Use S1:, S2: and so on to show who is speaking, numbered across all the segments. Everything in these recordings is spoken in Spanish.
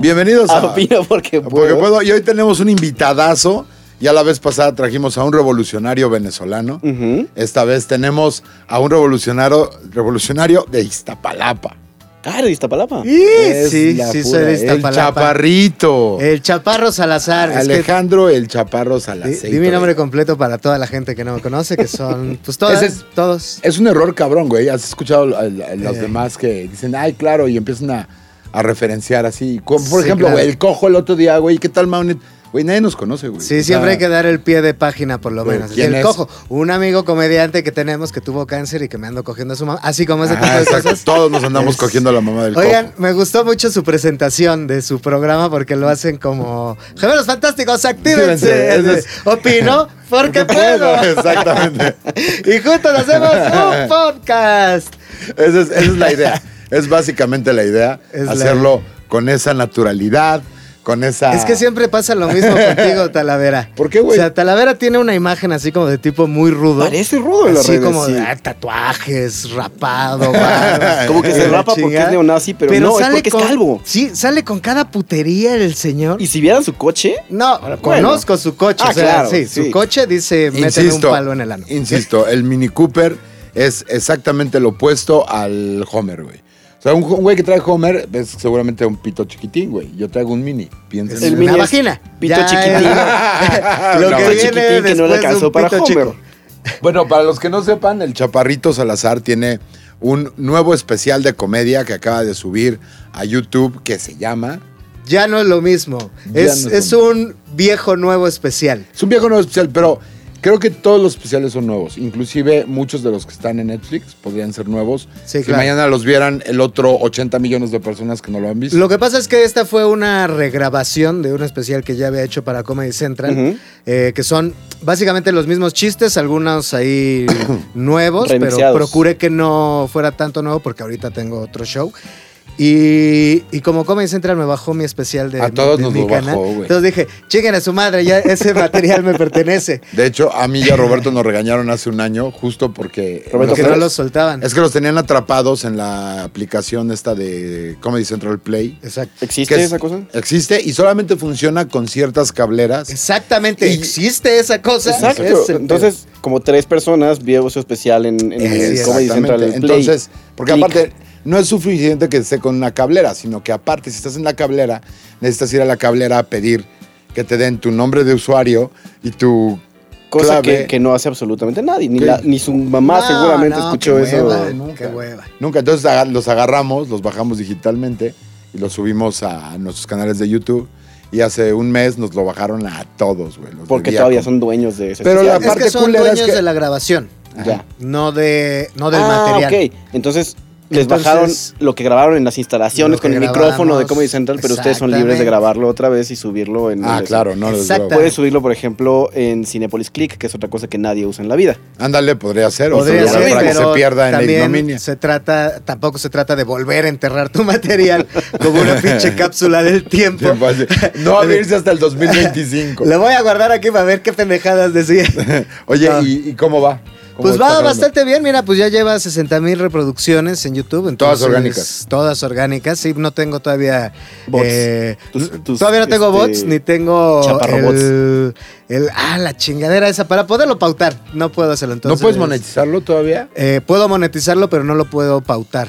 S1: Bienvenidos a,
S2: Ah,
S3: Opino porque puedo.
S1: Porque puedo. Y hoy tenemos un invitadazo. Ya la vez pasada trajimos a un revolucionario venezolano.
S3: Ujú.
S1: Esta vez tenemos a un revolucionario, revolucionario de Iztapalapa.
S3: Claro, Iztapalapa.
S2: Sí,
S3: Es
S2: sí,
S3: la
S2: sí,
S3: pura,
S2: soy
S3: ¿eh?
S2: de
S1: El
S2: Iztapalapa.
S1: chaparrito.
S2: El Chaparro Salazar. es que-
S1: Alejandro el Chaparro
S2: Di,
S1: Salazar.
S2: di mi nombre completo para toda la gente que no me conoce, que son, pues todas,
S1: Ese es-
S2: todos.
S1: Es un error cabrón, güey. Has escuchado a, a- a los
S2: Eh.
S1: demás que dicen, ay, claro, y empiezan a, a referenciar así. Como, por
S2: Sí,
S1: ejemplo,
S2: claro.
S1: güey, el cojo el otro día, güey, ¿qué tal, Maunet? Güey, nadie nos conoce, güey.
S2: Sí,
S1: O
S2: siempre
S1: sea,
S2: hay que dar el pie de página, por lo
S1: Güey,
S2: menos.
S1: ¿quién
S2: el
S1: es?
S2: cojo, un amigo comediante que tenemos que tuvo cáncer y que me ando cogiendo a su mamá, así como ese
S1: ajá,
S2: tipo de
S1: Ah, exacto.
S2: cosas.
S1: Todos nos andamos
S2: Es-
S1: cogiendo a la mamá del
S2: Oigan,
S1: cojo.
S2: me gustó mucho su presentación de su programa porque lo hacen como gemelos fantásticos, actívense.
S1: Actívense, eso
S2: Opino porque puedo.
S1: Exactamente.
S2: y juntos hacemos un podcast.
S1: Esa es, esa es la idea. Es básicamente la idea.
S2: Es la-
S1: hacerlo con esa naturalidad, con esa.
S2: Es que siempre pasa lo mismo contigo, Talavera.
S1: ¿Por qué, güey?
S2: O sea, Talavera tiene una imagen así como de tipo muy rudo.
S3: Parece rudo en la
S2: Así
S3: red.
S2: como
S3: sí.
S2: de ah, tatuajes, rapado, barba.
S3: Como que se
S2: Y la
S3: rapa porque
S2: chingada.
S3: es neonazi, pero no, es porque es
S2: con-
S3: calvo.
S2: Sí, sale con cada putería el señor.
S3: Y si vieran su coche,
S2: No, conozco su coche.
S3: Ah,
S2: o sea,
S3: claro,
S2: sí,
S3: sí.
S2: su coche dice, métele un palo en el ano.
S1: Insisto, el Mini Cooper es exactamente lo opuesto al Homer, güey. O sea, un jo- un güey que trae Homer es seguramente un pito chiquitín, güey. Yo traigo un mini. Piensen
S2: Es
S1: en
S3: El
S1: eso.
S3: mini
S2: una
S3: es
S2: vagina.
S3: pito
S2: Ya
S3: chiquitín.
S2: es-
S1: No,
S2: Lo que
S1: pito
S2: viene
S3: chiquitín que no
S2: después
S3: le
S2: de
S3: alcanzó
S2: un
S3: para
S2: pito
S3: Homer.
S2: chico.
S1: Bueno, para los que no sepan, el Chaparrito Salazar tiene un nuevo especial de comedia que acaba de subir a YouTube que se llama.
S2: Ya no es lo mismo.
S1: Ya
S2: Es,
S1: no es
S2: es
S1: lo
S2: un viejo nuevo especial.
S1: Es un viejo nuevo especial, pero creo que todos los especiales son nuevos. Inclusive muchos de los que están en Netflix podrían ser nuevos.
S2: Sí,
S1: si
S2: claro.
S1: mañana los vieran el otro 80 millones de personas que no lo han visto.
S2: Lo que pasa es que esta fue una regrabación de un especial que ya había hecho para Comedy Central,
S3: Ujú.
S2: eh, que son básicamente los mismos chistes, algunos ahí nuevos, pero
S3: Remixeados.
S2: procuré que no fuera tanto nuevo porque ahorita tengo otro show. Y, y como Comedy Central me bajó mi especial de,
S1: A todos
S2: de
S1: nos
S2: mi
S1: lo
S2: canal,
S1: bajó, güey.
S2: entonces dije, chinguen a su madre, ya ese material me pertenece.
S1: De hecho, a mí y a Roberto nos regañaron hace un año justo porque...
S3: Roberto
S1: los-
S2: Porque no los soltaban.
S1: Es que los tenían atrapados en la aplicación esta de Comedy Central Play.
S2: Exacto.
S3: ¿existe
S1: Que es-
S3: esa cosa?
S1: Existe y solamente funciona con ciertas cableras.
S2: Exactamente,
S1: Y-
S2: existe esa cosa.
S3: Exacto.
S2: Ese pedo.
S3: Entonces, como tres personas vieron su especial en, en
S2: Sí,
S3: el Comedy
S1: Exactamente.
S3: Central. Play.
S1: Entonces, porque
S3: Click.
S1: aparte no es suficiente que esté con una cablera, sino que aparte si estás en la cablera, necesitas ir a la cablera a pedir que te den tu nombre de usuario y tu
S3: cosa que,
S1: clave.
S3: que no hace absolutamente nadie. Ni,
S1: ¿Qué?
S3: la- ni su mamá
S2: No,
S3: seguramente
S2: no,
S3: escuchó
S2: qué
S3: eso.
S2: hueva,
S1: nunca.
S2: Qué hueva.
S1: Nunca, entonces aga- los agarramos, los bajamos digitalmente y los subimos a nuestros canales de YouTube. Y hace un mes nos lo bajaron a todos, güey. los
S3: Porque
S1: de
S3: todavía
S1: Viacom.
S3: son dueños de ese
S1: Pero la
S3: especial.
S2: Es
S1: parte
S2: que son
S1: culera es
S2: dueños
S1: que-
S2: de la grabación,
S3: Ya.
S2: no de no del
S3: ah,
S2: material.
S3: ok. Entonces, les
S2: Entonces,
S3: bajaron lo que grabaron en las instalaciones
S2: lo que
S3: con el micrófono de
S2: grabamos,
S3: Comedy Central, pero ustedes son libres de
S2: exactamente.
S3: grabarlo otra vez y subirlo en...
S1: Ah,
S3: el-
S1: claro, no les
S2: Exacto.
S1: drogo.
S3: Puedes subirlo, por ejemplo, en Cinepolis Click, que es otra cosa que nadie usa en la vida.
S1: Ándale, podría ser. o
S2: Podría
S1: subirlo
S2: ser,
S1: para que
S2: pero
S1: se pierda en la
S2: también
S1: ignominia.
S2: se trata, tampoco se trata de volver a enterrar tu material como una pinche cápsula del tiempo.
S1: Tiempo así. pues, No abrirse hasta el 2025.
S2: Lo voy a guardar aquí para ver qué pendejadas decía.
S1: Oye,
S2: No.
S1: ¿y, y cómo va? ¿Cómo
S2: Pues
S1: está
S2: va
S1: jalando?
S2: bastante bien, mira, pues ya lleva 60 mil reproducciones en YouTube.
S1: Todas
S2: entonces,
S1: orgánicas.
S2: Todas orgánicas, sí, no tengo todavía...
S3: Bots.
S2: eh,
S3: Tus- tus,
S2: todavía no tengo
S3: este,
S2: bots, ni tengo...
S3: chaparrobots.
S2: El, el- ah, la chingadera esa, para poderlo pautar, no puedo hacerlo entonces.
S1: ¿No puedes monetizarlo todavía?
S2: eh, puedo monetizarlo, pero no lo puedo pautar.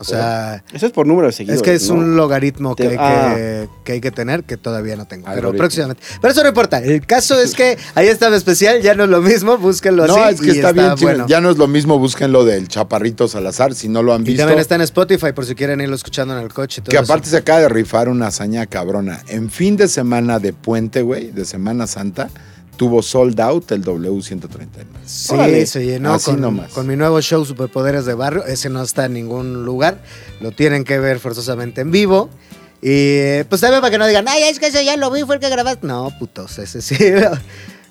S2: O sea,
S3: Eso es por número de seguidores.
S2: es que es
S3: ¿no?
S2: un logaritmo que,
S3: Te-
S2: hay
S3: ah.
S2: que, que hay que tener que todavía no tengo. Pero
S1: Algoritmo.
S2: próximamente. Pero eso no importa. El caso es que ahí está mi especial, ya no es lo mismo, búsquenlo así.
S1: No, es que
S2: y
S1: está, bien chido.
S2: bueno.
S1: Ya no es lo mismo, búsquenlo del Chaparrito Salazar, si no lo han
S2: Y
S1: visto.
S2: también está en Spotify por si quieren irlo escuchando en el coche. y todo
S1: Que
S2: eso.
S1: aparte se acaba de rifar una hazaña cabrona. En fin de semana de puente, güey, de Semana Santa, tuvo sold out el W139.
S2: Sí,
S3: Órale.
S2: se llenó
S1: Así
S2: con,
S1: nomás.
S2: con mi nuevo show Superpoderes de Barrio. Ese no está en ningún lugar. Lo tienen que ver forzosamente en vivo. Y eh, pues también para que no digan, ay, es que ese ya lo vi, fue el que grabaste. No, putos, ese sí.
S1: Eso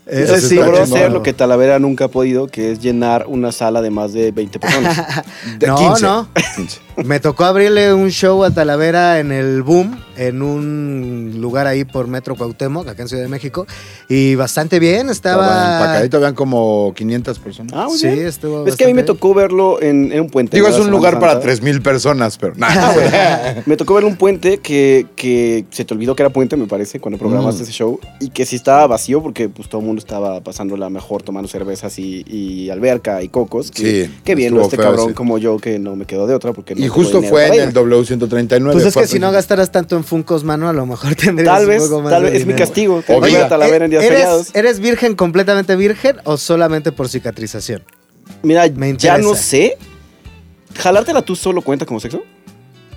S3: Entonces
S1: sí está
S3: logró
S1: chingón.
S3: hacer lo que Talavera nunca ha podido, que es llenar una sala de más de 20 personas.
S1: De
S2: No,
S1: 15,
S2: no.
S1: 15.
S2: Me tocó abrirle un show a Talavera en el Boom, en un lugar ahí por Metro Cuauhtémoc, acá en Ciudad de México, y bastante bien,
S1: Estaba
S2: estaba...
S1: empacadito, habían como 500 personas.
S3: Ah, muy
S2: sí,
S3: bien.
S2: estuvo
S3: Es que a mí me
S2: bastante
S3: tocó verlo en, en un puente.
S1: Digo,
S3: en
S1: es
S3: la
S1: un lugar
S3: Semana
S1: para
S3: Santa.
S1: 3000 personas, pero nada, güey.
S3: Me tocó ver un puente que, que se te olvidó que era puente, me parece, cuando programaste
S1: Mm.
S3: ese show. Y que sí estaba vacío porque pues, todo el mundo estaba pasándola mejor, tomando cervezas y, y alberca y cocos. Que,
S1: Sí,
S3: Qué bien,
S1: estuvo
S3: este
S1: feo
S3: cabrón
S1: ese.
S3: como yo que no me quedó de otra porque no
S1: Y
S3: tengo
S1: justo
S3: dinero
S1: fue
S3: para
S1: en
S3: ir.
S1: el W139.
S2: Pues es
S1: fue
S2: que si no
S1: presente.
S2: gastaras tanto en Funcos, mano, a lo mejor tendrías
S3: Tal
S2: un
S3: vez,
S2: poco más
S3: tal
S2: de
S3: vez es mi
S2: dinero.
S3: castigo.
S1: O
S3: Que no
S1: Oiga,
S3: vaya a Talavera en días
S1: eh,
S2: ¿Eres-
S3: feriados.
S2: ¿Eres virgen, completamente virgen o solamente por cicatrización?
S3: Mira,
S2: me
S3: ya
S2: interesa.
S3: no sé. ¿Jalártela tú solo cuenta como sexo?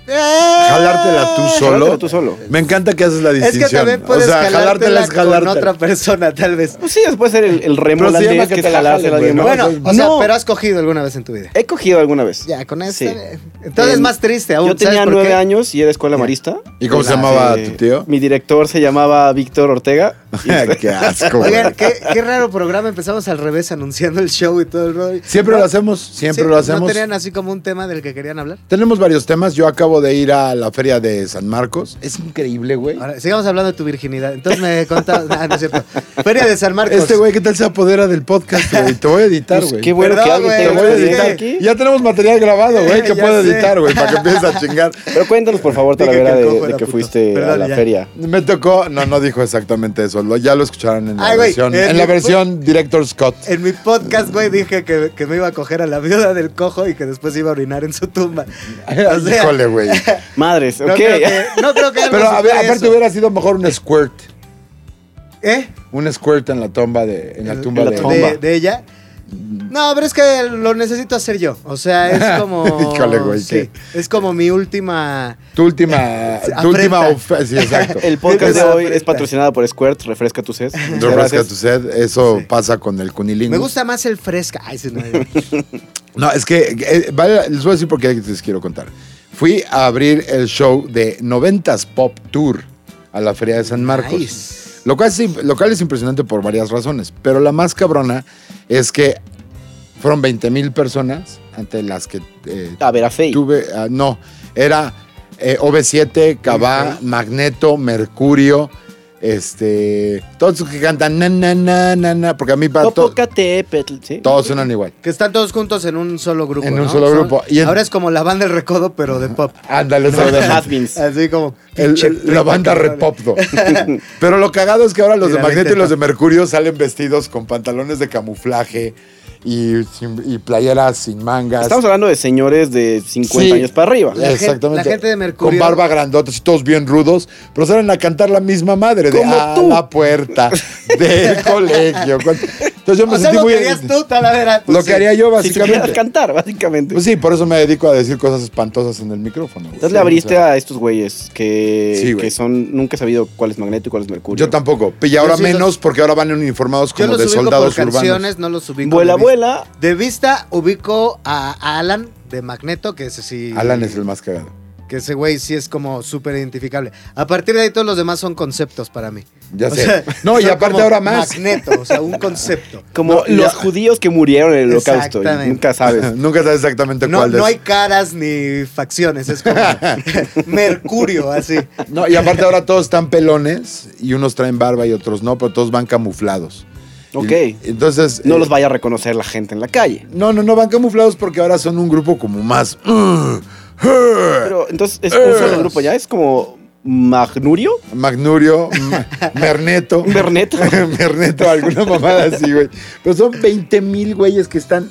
S3: Eh,
S1: Jalártela tú
S3: Jalártela
S1: solo.
S3: tú solo.
S1: Me encanta que haces la
S2: Es
S1: distinción.
S2: que también puedes
S1: o sea,
S2: jalártela,
S1: jalártela es jalártela.
S2: con otra persona, tal vez.
S3: Pues sí, puede ser el, el remo
S1: Pero se llama
S3: holandés
S1: que
S3: que es
S1: te la
S3: jalársela a
S1: jalen,
S3: alguien
S1: güey,
S3: más.
S2: bueno,
S1: no,
S2: o sea,
S3: no.
S2: pero has cogido alguna vez en tu vida.
S3: He cogido alguna vez.
S2: Ya, con eso.
S3: Sí.
S2: Entonces
S3: En-
S2: más triste aún.
S3: Yo tenía
S2: ¿sabes por
S3: nueve
S2: qué?
S3: años y era escuela marista.
S1: ¿Y cómo se
S2: La-
S1: llamaba
S3: Eh,
S1: tu tío?
S3: Mi director se llamaba Víctor Ortega.
S1: Qué asco. güey.
S2: Oigan, qué, qué raro programa. Empezamos al revés anunciando el show y todo el rollo.
S1: Siempre
S2: No,
S1: lo hacemos, siempre
S2: sí,
S1: lo hacemos.
S2: ¿No tenían así como un tema del que querían hablar?
S1: Tenemos varios temas. Yo acabo de ir a la feria de San Marcos. Es increíble, güey.
S2: Ahora, sigamos hablando de tu virginidad. Entonces me contabas... Ah, no es cierto. Feria de San Marcos.
S1: Este güey, ¿qué tal se apodera del podcast, güey? Te voy a editar,
S3: Pues
S1: güey.
S3: qué bueno
S2: Perdón,
S3: que alguien
S2: güey,
S1: Te
S3: tenga
S1: voy a
S3: experiencia
S1: editar.
S3: aquí.
S1: Ya tenemos material grabado, güey, que
S2: Ya
S1: puedo
S2: sé.
S1: editar, güey, para que empieces a chingar.
S3: Pero cuéntanos, por favor,
S2: Dije
S3: Talavera,
S2: que
S3: de,
S2: el cojo
S3: de
S2: era
S3: que
S2: puto.
S3: fuiste a
S2: Perdón,
S3: la
S2: ya.
S3: feria.
S1: Me tocó, no, no dijo exactamente eso. Lo- ya lo escucharon en la
S2: Ay, güey,
S1: versión,
S2: en
S1: en la
S2: mi-
S1: versión Director Scott.
S2: En mi podcast, güey, dije que, que me iba a coger a la viuda del cojo y que después iba a orinar en su tumba. O sea,
S1: Híjole, güey.
S3: Madres,
S2: no,
S3: ok.
S2: creo que, no creo que algo
S1: Pero a ver,
S2: supere
S1: aparte
S2: eso.
S1: hubiera sido mejor un squirt.
S2: ¿Eh?
S1: Un squirt en la tumba de. En la tumba
S3: en la
S1: de.
S3: tumba.
S2: de, de ella. No, pero es que lo necesito hacer yo. O sea, es como.
S1: Híjole, güey,
S2: Sí, es como mi última.
S1: Tu última.
S2: Afrenta.
S1: Tu última ofensa. Sí, exacto.
S3: El podcast de
S2: Esa
S3: hoy es
S2: freta.
S3: patrocinado por Squirt, refresca tu sed. Muchas
S1: Refresca
S3: gracias.
S1: tu sed. Eso pasa con el cunilingus.
S2: Me gusta más el fresca. Ay, sí, no,
S1: No, es que. eh, vale, les voy a decir por qué les quiero contar. Fui a abrir el show de 90s Pop Tour a la Feria de San Marcos.
S2: Nice.
S1: Lo cual, es, lo cual es impresionante por varias razones, pero la más cabrona es que fueron 20 mil personas ante las que eh,
S3: A ver, a Fey.
S1: tuve, ah, no, era eh, OV7, Cabá, Magneto, Mercurio, este, todos los que cantan na, na, na, na, na, porque a mí para to-
S3: Popocatépetl, ¿sí?
S1: todos suenan igual.
S2: Que están todos juntos en un solo grupo.
S1: En un
S2: ¿no?
S1: solo
S2: Son-
S1: grupo. Y en-
S2: Ahora es como la banda El Recodo, pero de pop.
S1: Ándale, seguramente.
S3: Hazbins.
S2: Así como.
S1: El-
S2: pinche
S1: el- la banda
S2: cabrón.
S1: repopdo. Pero lo cagado es que ahora los
S2: Y
S1: de
S2: la
S1: Magneto y
S2: neta.
S1: los de Mercurio salen vestidos con pantalones de camuflaje y, sin- y playeras sin mangas.
S3: Estamos hablando de señores de 50
S1: Sí.
S3: años para arriba.
S2: La gente-
S1: Exactamente.
S2: la gente de
S1: Con
S2: Mercurio-
S1: barba grandotas y todos bien rudos, pero salen a cantar la misma madre de
S3: Como
S1: a
S3: tú".
S1: la puerta del colegio. Entonces yo me
S2: O sea,
S1: sentí
S2: lo
S1: muy.
S2: querías tú, Talavera. pues
S1: lo
S2: sí.
S1: que haría yo,
S3: Si supieras
S1: básicamente.
S3: cantar, básicamente.
S1: pues sí, por eso me dedico a decir cosas espantosas en el micrófono. güey.
S3: Entonces le
S1: Sí,
S3: abriste
S1: o sea,
S3: a estos güeyes que,
S1: Sí, güey.
S3: que son. Nunca he sabido cuál es Magneto y cuál es Mercurio.
S1: Yo tampoco. Y ahora
S2: sí los-
S1: menos porque ahora van uniformados
S2: Yo
S1: como
S2: los
S1: de
S2: ubico
S1: soldados
S2: por
S1: urbanos.
S2: canciones, no los ubico.
S3: Vuela,
S2: de vista.
S3: vuela.
S2: De vista ubico a a Alan de Magneto, que ese sí.
S1: Alan es el más cagado.
S2: Que ese güey sí es como súper identificable. A partir de ahí todos los demás son conceptos para mí.
S1: Ya
S2: O
S1: sé.
S2: sea,
S1: no, y
S2: son
S1: aparte
S2: como
S1: ahora más.
S2: Magneto, o sea, un concepto.
S3: Como
S1: No,
S3: los
S1: ya-
S3: judíos que murieron en el holocausto. y
S2: Exactamente.
S3: Nunca sabes.
S1: Nunca sabes exactamente
S2: No,
S1: cuál
S2: no
S1: es.
S2: hay caras ni facciones, es como Mercurio, así.
S1: No, y aparte ahora todos están pelones y unos traen barba y otros no, pero todos van camuflados.
S3: Ok.
S1: Y- entonces.
S3: No
S1: eh,
S3: los vaya a reconocer la gente en la calle.
S1: No, no, no van camuflados porque ahora son un grupo como más. uh,
S3: Pero entonces es un
S1: Eh.
S3: solo grupo ya, es como Magnurio,
S1: Magnurio, M- Merneto.
S3: Berneto.
S1: Merneto, alguna mamada así, güey. Pero son 20 mil güeyes que están.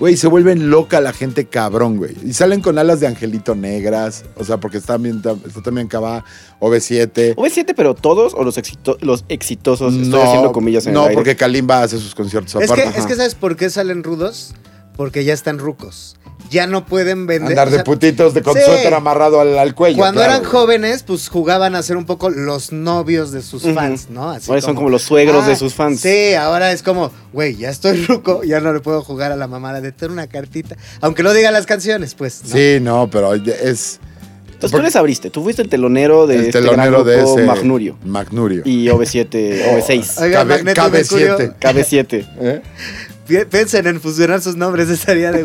S1: Güey, se vuelven loca la gente cabrón, güey. Y salen con alas de angelito negras. O sea, porque están bien, está también Cabá, OV7.
S3: V7, pero todos o los, exito- los exitosos. Estoy haciendo comillas en
S1: no,
S3: el aire.
S1: porque Kalimba hace sus conciertos
S2: Es que,
S1: aparte.
S2: es que ¿sabes por qué salen rudos? Porque ya están rucos. Ya no pueden vender.
S1: Andar
S2: o
S1: de
S2: sea,
S1: putitos de con
S2: sí.
S1: suéter amarrado al, al cuello.
S2: Cuando
S1: claro,
S2: eran
S1: güey.
S2: jóvenes, pues jugaban a ser un poco los novios de sus
S3: Ujú.
S2: fans, ¿no? Así "Ah,
S3: Ahora son como los suegros de sus fans.
S2: Sí, ahora es como, güey, ya estoy ruco, ya no le puedo jugar a la mamada de tener una cartita. Aunque no diga las canciones, pues. ¿no?
S1: Sí, no, pero es.
S3: Entonces tú les abriste, tú fuiste el telonero de
S1: el
S3: este
S1: telonero
S3: gran grupo
S1: de ese.
S3: Magnurio
S1: Magnurio.
S3: y OV7, OV6,
S2: Oigan,
S1: Cabe-
S2: Magneto
S1: cabe
S2: Mercurio,
S1: siete.
S3: KB7.
S1: ¿Eh?
S2: pi- piensen en fusionar sus nombres, estaría de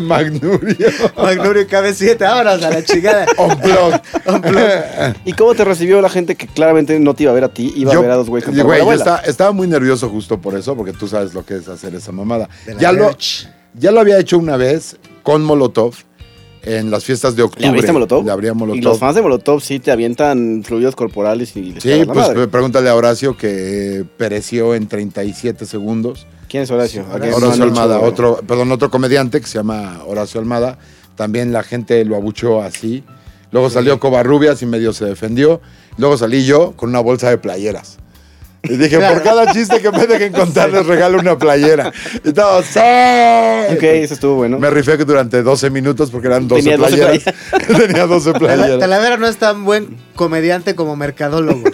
S1: Magnurio.
S2: Magnurio KB7, vámonos a la chingada.
S1: Unplugged.
S3: ¿Y cómo te recibió la gente que claramente no te iba a ver a ti, iba
S1: Yo-
S3: a ver a dos güeyes cantar
S1: güey, yo
S3: Abuela?
S1: estaba, estaba muy nervioso justo por eso, porque tú sabes lo que es hacer esa mamada.
S2: De la
S1: Ya lo,
S2: merch.
S1: ya lo había hecho una vez con Molotov en las fiestas de octubre.
S3: ¿Le abriste a Molotov?
S1: Le abrí a Molotov.
S3: Y los fans de Molotov sí te avientan fluidos corporales y les
S1: Sí,
S3: cagan la
S1: pues
S3: madre.
S1: pregúntale a Horacio que pereció en 37 segundos.
S3: ¿Quién es Horacio? ¿A quién
S2: Eso
S1: pues, Horacio
S3: no han hecho,
S1: Almada,
S3: güey?
S1: otro, perdón, otro comediante que se llama Horacio Almada. También la gente lo abuchó así. Luego salió Covarrubias y medio se defendió. Luego salí yo con una bolsa de playeras. Y dije, por cada chiste que me dejen contar, les regalo una playera. Y todos, ¡sí!
S3: Ok, eso estuvo bueno.
S1: Me rifé durante 12 minutos porque eran 12
S3: Tenía 12
S1: playeras. Tenía 12
S2: Tala-
S1: playeras.
S2: Talavera no es tan buen comediante como mercadólogo.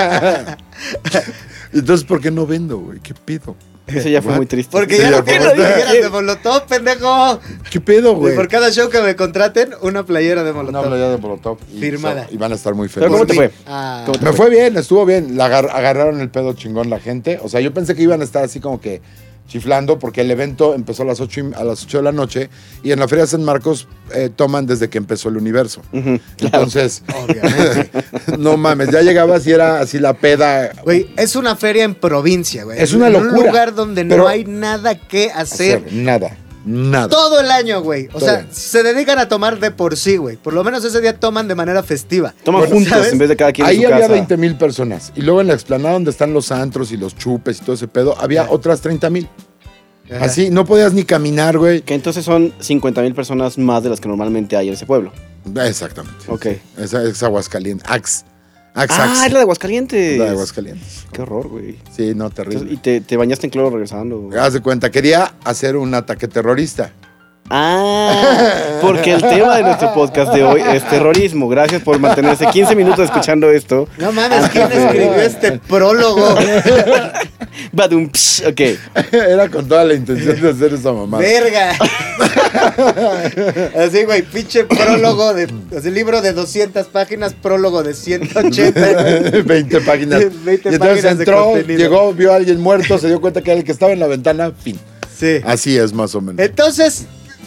S1: Entonces, ¿por qué no vendo, güey? ¿Qué pido?
S3: Eso ya fue
S1: What?
S3: muy triste.
S2: Porque
S1: Sí,
S2: ya
S1: ya
S2: no quiero
S1: por-
S2: playeras de Molotov, pendejo.
S1: ¿Qué pedo,
S2: Y
S1: güey?
S2: por cada show que me contraten, una playera de
S1: Una
S2: Molotov.
S1: playera de Molotov. y-
S2: Firmada.
S1: Y van a estar muy
S3: Pero
S1: felices.
S3: ¿cómo te
S2: mí.
S3: fue?
S2: Ah.
S3: ¿Cómo te
S1: Me fue bien, estuvo bien. La agar- agarraron el pedo chingón la gente. O sea, yo pensé que iban a estar así como que chiflando porque el evento empezó a las 8, a las ocho de la noche y en la Feria de San Marcos eh, toman desde que empezó el universo.
S3: Ujú.
S1: Entonces,
S2: Obviamente.
S1: no mames, ya llegabas y era así la peda.
S2: Güey, es una feria en provincia, güey.
S1: Es una
S2: En un
S1: locura,
S2: lugar donde no
S1: pero-
S2: hay nada que hacer.
S1: Hacer Nada, nada.
S2: Todo el año, güey. O
S1: Todo el
S2: sea,
S1: año.
S2: se dedican a tomar de por sí, güey. Por lo menos ese día toman de manera festiva.
S3: Toman
S2: Bueno,
S3: juntos
S2: ¿sabes?
S3: en vez de cada quien
S1: Ahí
S3: en su
S1: había
S3: casa.
S1: 20 mil personas. Y luego en la explanada donde están los antros y los chupes y todo ese pedo, había otras 30 mil.
S2: Ajá.
S1: Así, no podías ni caminar, güey.
S3: Que entonces son 50 mil personas más de las que normalmente hay en ese pueblo.
S1: Exactamente.
S3: Ok.
S1: Esa es Aguascalientes. Ax. Ax,
S3: Ah,
S1: Ax.
S3: es la de Aguascalientes.
S1: La de Aguascalientes.
S3: Qué horror, güey.
S1: Sí, no,
S3: Entonces, y
S1: terrible.
S3: te, te bañaste en cloro regresando.
S1: Haz de cuenta, quería hacer un ataque terrorista.
S3: Ah, porque el tema de nuestro podcast de hoy es terrorismo. Gracias por mantenerse 15 minutos escuchando esto.
S2: No mames, ¿quién escribió este prólogo?
S3: Badum, psh, ok.
S1: Era con toda la intención de hacer esa mamada.
S2: Verga. Así, güey, pinche prólogo de. Así, libro de 200 páginas, prólogo de 180.
S1: 20 páginas.
S2: 20
S1: y entonces
S2: páginas de
S1: entró,
S2: contenido.
S1: llegó, vio a alguien muerto, se dio cuenta que era el que estaba en la ventana, fin.
S2: Sí.
S1: Así es, más o menos.
S2: Eh, Entonces,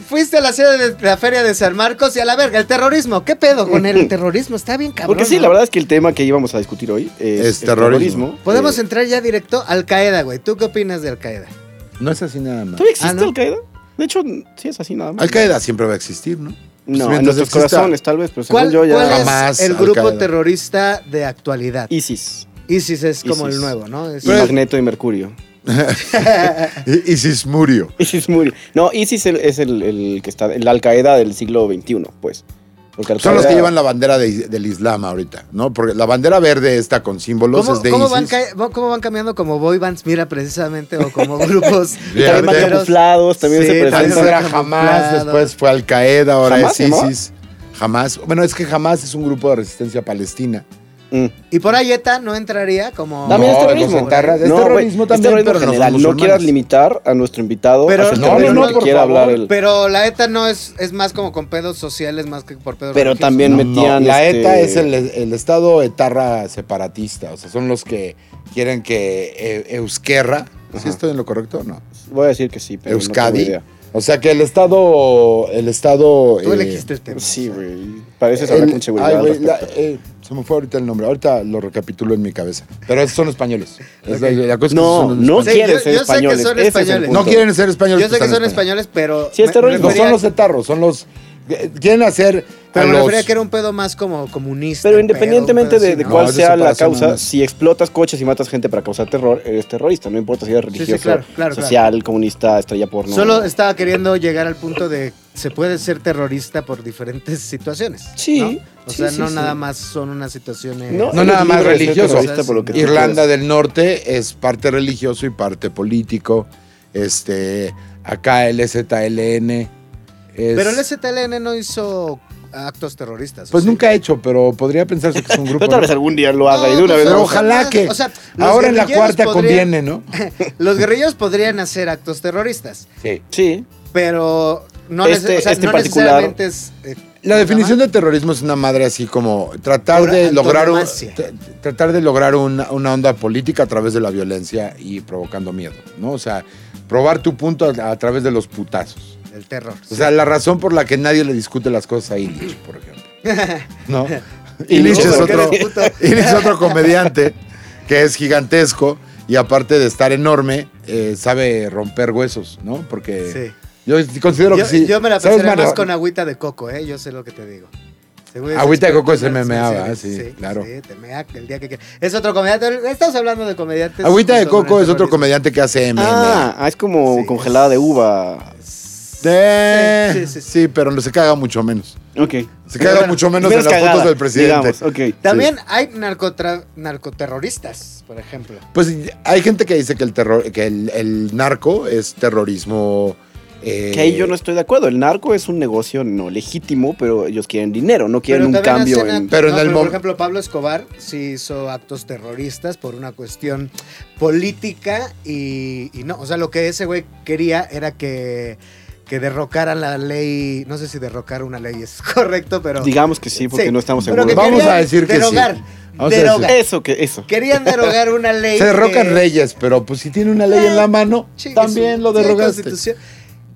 S2: fuiste a la sede de la feria de San Marcos y a la verga, el terrorismo. ¿Qué pedo con el terrorismo? Está bien cabrón.
S3: Porque sí,
S2: ¿no?
S3: la verdad es que el tema que íbamos a discutir hoy es,
S1: Es
S3: el
S1: terrorismo.
S2: Podemos
S3: Eh,
S2: entrar ya directo a Al Qaeda, güey. ¿Tú qué opinas de Al Qaeda?
S1: No es así nada más.
S3: ¿Todavía existe
S2: Ah, ¿no?
S3: Al Qaeda? De hecho, sí es así nada más.
S1: Al Qaeda siempre va a existir, ¿no? Pues
S3: No, en
S1: mientras
S3: nuestros
S1: exista-
S3: corazones tal vez, pero según
S2: ¿Cuál,
S3: yo ya.
S2: cuál es
S1: Jamás
S2: el
S1: Al
S2: grupo
S1: Qaeda.
S2: terrorista de actualidad?
S3: ISIS,
S2: ISIS es como
S3: ISIS.
S2: el nuevo, ¿no? Es-
S3: y Magneto y Mercurio.
S1: I- Isis murió.
S3: ISIS murió. No, ISIS el- es el, el que está, el Al Qaeda del siglo XXI, pues. Porque Al
S1: Son los que
S3: Qaeda-
S1: llevan la bandera de- del Islam ahorita, ¿no? Porque la bandera verde está con símbolos,
S2: ¿Cómo,
S1: es de
S2: cómo
S1: ISIS.
S2: van ca- cómo van cambiando como boy bands? Mira, precisamente, o como grupos.
S1: Y
S3: También van
S1: Verdaderos.
S2: banderos?
S3: camuflados, también
S2: Sí,
S3: se
S2: también
S1: Antes
S3: presentan.
S1: era
S2: Camuflado.
S1: jamás, después fue Al Qaeda, ahora
S3: ¿Jamás se
S1: es
S3: llamaba?
S1: ISIS. Jamás. Bueno, es que jamás es un grupo de resistencia palestina.
S3: Mm.
S2: Y por ahí ETA no entraría como.
S3: También
S1: No,
S3: es
S1: los
S3: terrorismo.
S1: etarras- es
S3: güey,
S1: terrorismo
S3: es
S1: también,
S3: terrorismo
S1: pero no
S3: general.
S1: son
S3: No quieras
S1: musulmanes.
S3: limitar a nuestro invitado
S2: Pero-
S3: hacia el
S2: No,
S3: terrorismo
S2: no, no,
S3: que
S1: por
S3: quiera
S1: favor.
S3: hablar. El, pero
S2: Pero la ETA no es, es más como con pedos sociales más que por pedos
S3: Pero
S2: religiosos,
S3: también
S2: ¿no?
S3: me- metían,
S1: la
S3: este-
S1: ETA es el, el estado etarra separatista. O sea, son los que quieren que eh, Euskerra. ¿Sí
S3: Ajá.
S1: estoy en lo correcto o no?
S3: Voy a decir que sí, pero no tengo
S1: Euskadi.
S3: idea.
S1: o sea, que el estado. El estado.
S2: Tú
S1: eh,
S2: elegiste el tema.
S3: Sí, güey. Pareces hablar
S1: el-
S3: con
S1: ay,
S3: seguridad. al
S1: güey, la-
S3: respecto.
S1: eh, se me fue ahorita el nombre. Ahorita lo recapitulo en mi cabeza. Pero esos son españoles. Es la- la cosa es que
S3: No,
S1: son los
S3: no
S1: españoles.
S2: Sí,
S3: quieren ser
S2: yo- yo sé que
S3: españoles.
S2: son
S3: ese es el
S2: españoles.
S3: punto.
S1: No quieren ser españoles.
S2: Yo sé
S1: pero
S2: que
S1: están
S2: son
S1: en España.
S2: españoles, pero.
S3: pues, Sí, es
S2: me-
S3: terrorismo.
S2: me
S1: No
S2: refería-
S1: son los etarros, son los. eh, Quieren hacer. a
S2: Pero me
S1: los-
S2: refería que era un pedo más como comunista.
S3: Pero
S2: un
S3: independientemente
S2: este pedo, un
S3: de, de
S2: pedo así, ¿no?
S3: cuál
S1: No, es de
S3: sea la
S1: separación
S3: causa,
S1: nada más.
S3: si explotas coches y matas gente para causar terror, eres terrorista. No importa si eres
S2: sí,
S3: religioso,
S2: claro, claro,
S3: social, comunista, estrella porno.
S2: Solo estaba queriendo llegar al punto de se puede ser terrorista por diferentes situaciones.
S3: Sí,
S2: ¿no? O
S3: sí,
S2: sea,
S3: sí,
S2: no
S3: sí.
S2: nada más son unas situaciones.
S3: No,
S1: No nada
S3: eres
S1: más
S3: libre de ser
S1: religioso.
S3: terrorista por lo que tú
S1: Irlanda
S3: quieras.
S1: del Norte es parte religioso y parte político. Este. Acá el ZLN. es-
S2: Pero el STLN no hizo actos terroristas.
S1: Pues
S2: ¿o sí?
S1: nunca he hecho, pero podría pensarse que es un grupo.
S3: Pero tal vez algún día lo haga y de
S2: No,
S3: una
S2: pues,
S3: vez.
S1: Pero
S2: o sea,
S3: vamos a-
S1: ojalá
S2: no,
S1: que-
S2: o sea, los
S1: Ahora en la
S2: guerrilleros
S1: cuarta
S2: podrían-
S1: conviene, ¿no?
S2: Los guerrilleros podrían hacer actos terroristas,
S1: Sí.
S3: Sí.
S2: pero no,
S3: Este-
S2: nece- o sea,
S3: este
S2: no
S3: en particular-
S2: necesariamente es eh,
S1: La definición de terrorismo es una madre así como tratar
S2: Por
S1: de lograr, un-
S2: antonomasia.
S1: tra- tratar de lograr una, una onda política a través de la violencia y provocando miedo, ¿no? O sea, probar tu punto a, a través de los putazos.
S2: El terror.
S1: O sea, la razón por la que nadie le discute las cosas a Illich, por ejemplo. ¿No?
S3: Y
S1: Illich
S3: luego
S1: es
S3: porque
S1: otro,
S2: eres puto.
S1: Illich es otro comediante que es gigantesco y aparte de estar enorme, eh, sabe romper huesos, ¿no? Porque
S2: Sí.
S1: yo considero
S2: yo,
S1: que sí.
S2: yo me la
S1: ¿sabes
S2: pasé más
S1: manejar-
S2: con agüita de coco, ¿eh? Yo sé lo que te digo. Según ese
S1: Agüita de
S2: experto,
S1: coco se me
S2: sí,
S1: meaba, sí, claro.
S2: Sí, te mea el día que quieras. Es otro comediante. Estamos hablando de comediantes.
S1: Agüita de
S2: sobre
S1: Coco
S2: el
S1: es otro
S2: terrorismo.
S1: comediante que hace MMA.
S3: Ah, ah, es como
S2: Sí.
S3: congelada de uva.
S1: Eh,
S2: Sí,
S1: sí,
S2: sí, sí.
S1: pero no se caga mucho menos.
S3: Ok.
S1: Se caga
S2: Bueno,
S1: mucho menos en las
S3: cagada,
S1: fotos del presidente.
S3: Digamos, ok.
S2: También hay narcotra- narcoterroristas, por ejemplo.
S1: Pues hay gente que dice que el terror, que el, el narco es terrorismo. eh,
S3: Que ahí yo no estoy de acuerdo. El narco es un negocio no legítimo, pero ellos quieren dinero, no quieren un
S2: también
S3: cambio
S2: hacen
S3: en.
S2: actos-
S1: Pero en
S2: no,
S1: el
S2: por
S1: mom-
S2: ejemplo, Pablo Escobar sí hizo actos terroristas por una cuestión política y, y no. O sea, lo que ese güey quería era que, que derrocaran la ley. No sé si derrocar una ley es correcto, pero.
S3: Digamos que sí, porque
S2: Sí,
S3: no estamos
S2: pero
S3: seguros.
S2: que
S1: Vamos
S2: querían
S1: a decir que sí.
S2: derogar,
S1: Vamos a
S2: derogar.
S1: decir-
S3: Eso, que eso.
S2: Querían derogar una ley.
S1: Se derrocan
S2: que-
S1: reyes, pero pues si tiene una ley en la mano,
S2: Chingue
S1: también
S2: su-
S1: lo
S2: sí,
S1: derrogaste.
S2: Constitución.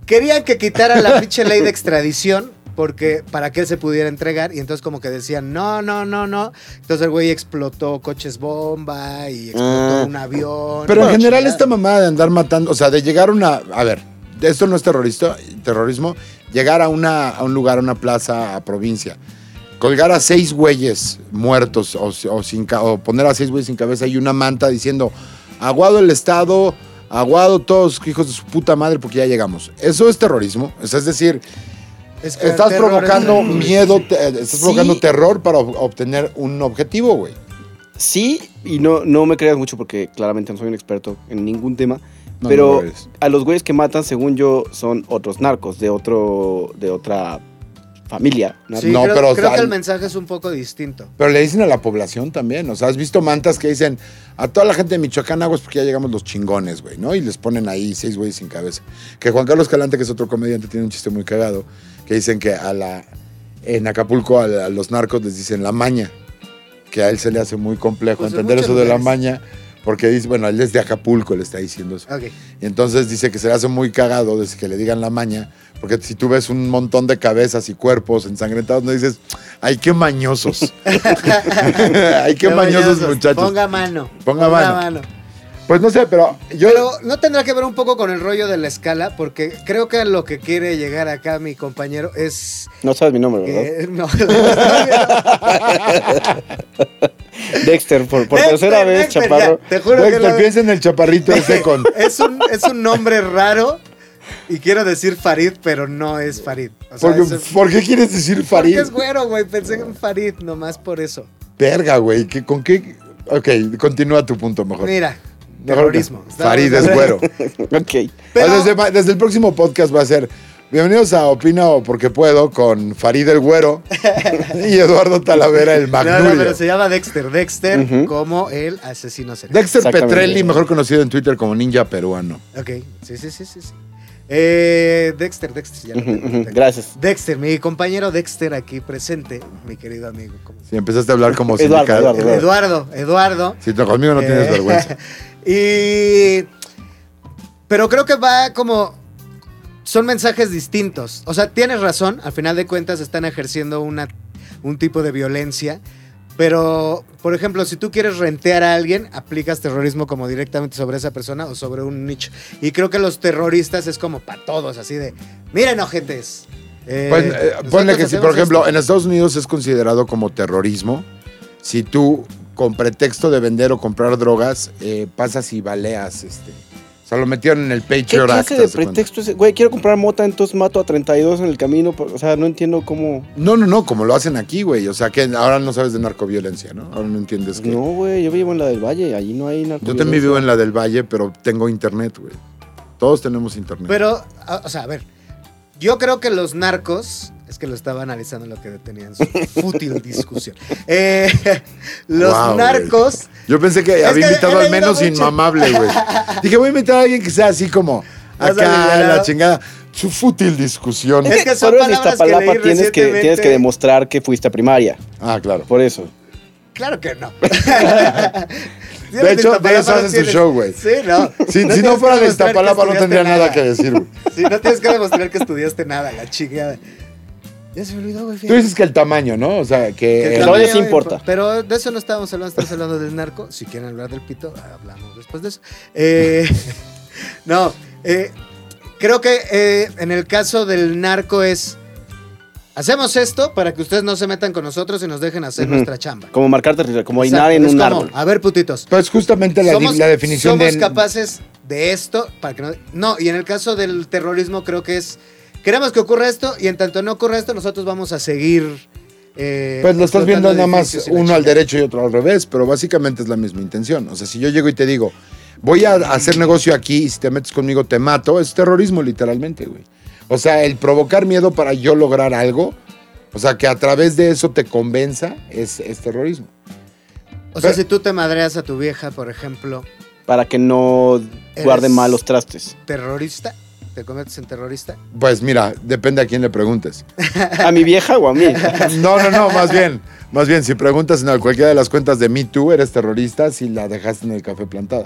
S2: Querían que quitaran la pinche ley de extradición porque para que él se pudiera entregar y entonces como que decían no, no, no, no. Entonces el güey explotó coches bomba y explotó
S3: Ah.
S2: un avión.
S1: Pero en
S2: Una
S1: general este
S2: chingada.
S1: esta mamada de andar matando, o sea, de llegar a una, a ver, esto no es terrorista, terrorismo, llegar a una a un lugar, a una plaza, a provincia, colgar a seis güeyes muertos o, si- o sin ca- o poner a seis güeyes sin cabeza y una manta diciendo aguado el estado, aguado todos hijos de su puta madre porque ya llegamos. Eso es terrorismo, o sea, es decir,
S2: Es que
S1: estás
S2: el terror
S1: provocando
S2: es-
S1: miedo, te- eh, estás
S3: Sí.
S1: provocando terror para ob- obtener un objetivo, güey.
S3: Sí, y no, no me creas mucho porque claramente no soy un experto en ningún tema.
S1: No, no
S3: pero
S1: lo eres.
S3: a los güeyes que matan, según yo, son otros narcos de otro. de otra familia. ¿no?
S2: Sí,
S1: No,
S2: creo,
S1: pero, o
S2: creo
S1: sea,
S2: que el mensaje es un poco distinto.
S1: Pero le dicen a la población también. O sea, has visto mantas que dicen a toda la gente de Michoacán aguas porque ya llegamos los chingones, güey, ¿no? Y les ponen ahí seis güeyes sin cabeza. Que Juan Carlos Calante, que es otro comediante, tiene un chiste muy cagado, que dicen que a la. En Acapulco a, la- a los narcos les dicen la maña. Que a él se le hace muy complejo
S2: Pues en
S1: entender
S2: muchos
S1: eso de la
S2: lugares.
S1: maña. Porque dice, bueno, él es de Acapulco, le está diciendo eso.
S2: Ok.
S1: Y entonces dice que se le hace muy cagado desde que le digan la maña, porque si tú ves un montón de cabezas y cuerpos ensangrentados, no dices, ¡ay, qué mañosos! ¡Ay, qué mañosos, muchachos!
S2: Ponga mano.
S1: Ponga mano. Pues no sé, pero yo...
S2: Pero no tendrá que ver un poco con el rollo de la escala, porque creo que lo que quiere llegar acá mi compañero es
S3: No sabes mi nombre, ¿verdad?
S2: que no. Por
S3: Dexter, por, por tercera vez, chaparro.
S2: te juro
S1: Dexter,
S2: que lo-
S1: pues piensa en el chaparrito ese con...
S2: es un es un nombre raro y quiero decir Farid, pero no es Farid. O sea,
S1: Porque-
S2: es un-
S1: ¿Por qué quieres decir
S2: porque
S1: Farid?
S2: es güero, güey. Pensé en Farid nomás por eso.
S1: Verga, güey, ¿qué- ¿con qué...? Ok, continúa tu punto mejor.
S2: Mira,
S1: Mejor que-
S2: terrorismo.
S1: Farid es güero.
S3: Ok.
S2: Pero-
S1: Ah, desde, desde el próximo podcast va a ser Bienvenidos a Opino Porque Puedo con Farid el Güero y Eduardo Talavera el
S2: No,
S1: Magnulio.
S2: no, pero se llama Dexter. Dexter
S3: Ujú.
S2: como el asesino serial.
S1: Dexter
S3: Exactamente.
S1: Petrelli, mejor conocido en Twitter como Ninja Peruano.
S2: Ok, sí, sí, sí, sí. sí. Eh, Dexter, Dexter, ya lo
S3: Ujú,
S2: tengo,
S3: ujú,
S2: tengo.
S3: Gracias.
S2: Dexter, mi compañero Dexter aquí presente, mi querido amigo. ¿cómo se
S1: Si empezaste a hablar como
S3: Eduardo,
S1: sindical-
S3: Eduardo,
S2: llama? El Eduardo, Eduardo.
S1: Si no, conmigo no tienes
S2: Eh,
S1: vergüenza.
S2: Y. Pero creo que va como. Son mensajes distintos. O sea, tienes razón, al final de cuentas están ejerciendo una, un tipo de violencia. Pero, por ejemplo, si tú quieres rentear a alguien, aplicas terrorismo como directamente sobre esa persona o sobre un nicho. Y creo que los terroristas es como para todos, así de, miren, ojetes. eh,
S1: Pon- eh, ponle
S2: nosotros
S1: que si,
S2: hacemos
S1: por ejemplo,
S2: esto".
S1: en Estados Unidos es considerado como terrorismo si tú, con pretexto de vender o comprar drogas, eh, pasas y baleas. Este. O sea, lo metieron en el
S3: ¿Qué
S1: Patriot Act.
S3: clase de
S1: haz cuenta.
S3: pretexto es ese? Güey, quiero comprar mota, entonces mato a 32 en el camino. por- O sea, no entiendo cómo.
S1: No, no, no, como lo hacen aquí, güey. O sea, que ahora no sabes de narcoviolencia, ¿no? Ahora no entiendes que...
S3: No, güey, yo vivo en la del Valle, allí no hay
S1: Yo
S3: narcoviolencia.
S1: también vivo en la del Valle, pero tengo internet, güey. Todos tenemos internet.
S2: Pero, a- o sea, a ver, yo creo que los narcos, es que lo estaba analizando lo que tenían su fútil discusión. Eh, los
S1: Wow, güey.
S2: narcos,
S1: Yo pensé que
S2: Es
S1: había
S2: que
S1: invitado
S2: he
S1: al
S2: leído
S1: menos
S2: mucho.
S1: inmamable, güey. Dije, voy a invitar a alguien que sea así como,
S2: Vas
S1: acá
S2: alivianado.
S1: la chingada. Su fútil discusión.
S2: Es que son
S3: Solo en
S2: palabras que
S3: Iztapalapa
S2: leí
S3: tienes, que,
S2: recientemente.
S3: tienes que demostrar que fuiste a primaria.
S1: Ah, claro.
S3: Por eso.
S2: Claro que no.
S1: De hecho, de eso haces tu show, güey.
S2: Sí, no.
S1: Si,
S2: No
S1: si no
S2: tienes
S1: fuera de
S2: que demostrar que
S1: Iztapalapa no
S2: estudiaste
S1: tendría nada que decir, güey.
S2: Sí, no tienes que demostrar que estudiaste nada, la chingada. Ya se me olvidó, güey.
S1: Tú dices que el tamaño, ¿no? O sea,
S2: Que
S1: que...
S3: el
S1: eh,
S3: tamaño-
S2: también,
S3: sí importa.
S2: Pero de eso no estábamos hablando, estamos hablando del narco. Si quieren hablar del pito, hablamos después de eso. Eh, no, eh, creo que eh, en el caso del narco es, hacemos esto para que ustedes no se metan con nosotros y nos dejen hacer
S3: Ujú.
S2: nuestra chamba.
S3: Como marcar territorio, como
S2: Exacto,
S3: hinar en
S2: es
S3: un
S2: como,
S3: árbol.
S2: A ver, putitos.
S1: Pues justamente la, di- la definición
S2: somos
S1: de...
S2: capaces de esto para que no... No, y en el caso del terrorismo creo que es... Queremos que ocurra esto y en tanto no ocurra esto, nosotros vamos a seguir... eh,
S1: Pues lo estás viendo
S2: explotando
S1: nada más
S2: edificios y la
S1: uno al
S2: chingada.
S1: derecho y otro al revés, pero básicamente es la misma intención. O sea, si yo llego y te digo, voy a hacer negocio aquí y si te metes conmigo te mato, es terrorismo literalmente, güey. O sea, el provocar miedo para yo lograr algo, o sea, que a través de eso te convenza, es, es terrorismo.
S2: O sea,
S1: Pero-
S2: si tú te madreas a tu vieja, por ejemplo,
S3: Para que no guarde
S2: Eres-
S3: malos trastes.
S2: terrorista, te conviertes en terrorista.
S1: Pues mira, depende a quién le preguntes.
S3: ¿A mi vieja o a mí?
S1: No, no, no, más bien. Más bien, si preguntas en cualquiera de las cuentas de Me Too, eres terrorista si la dejaste en el café plantada.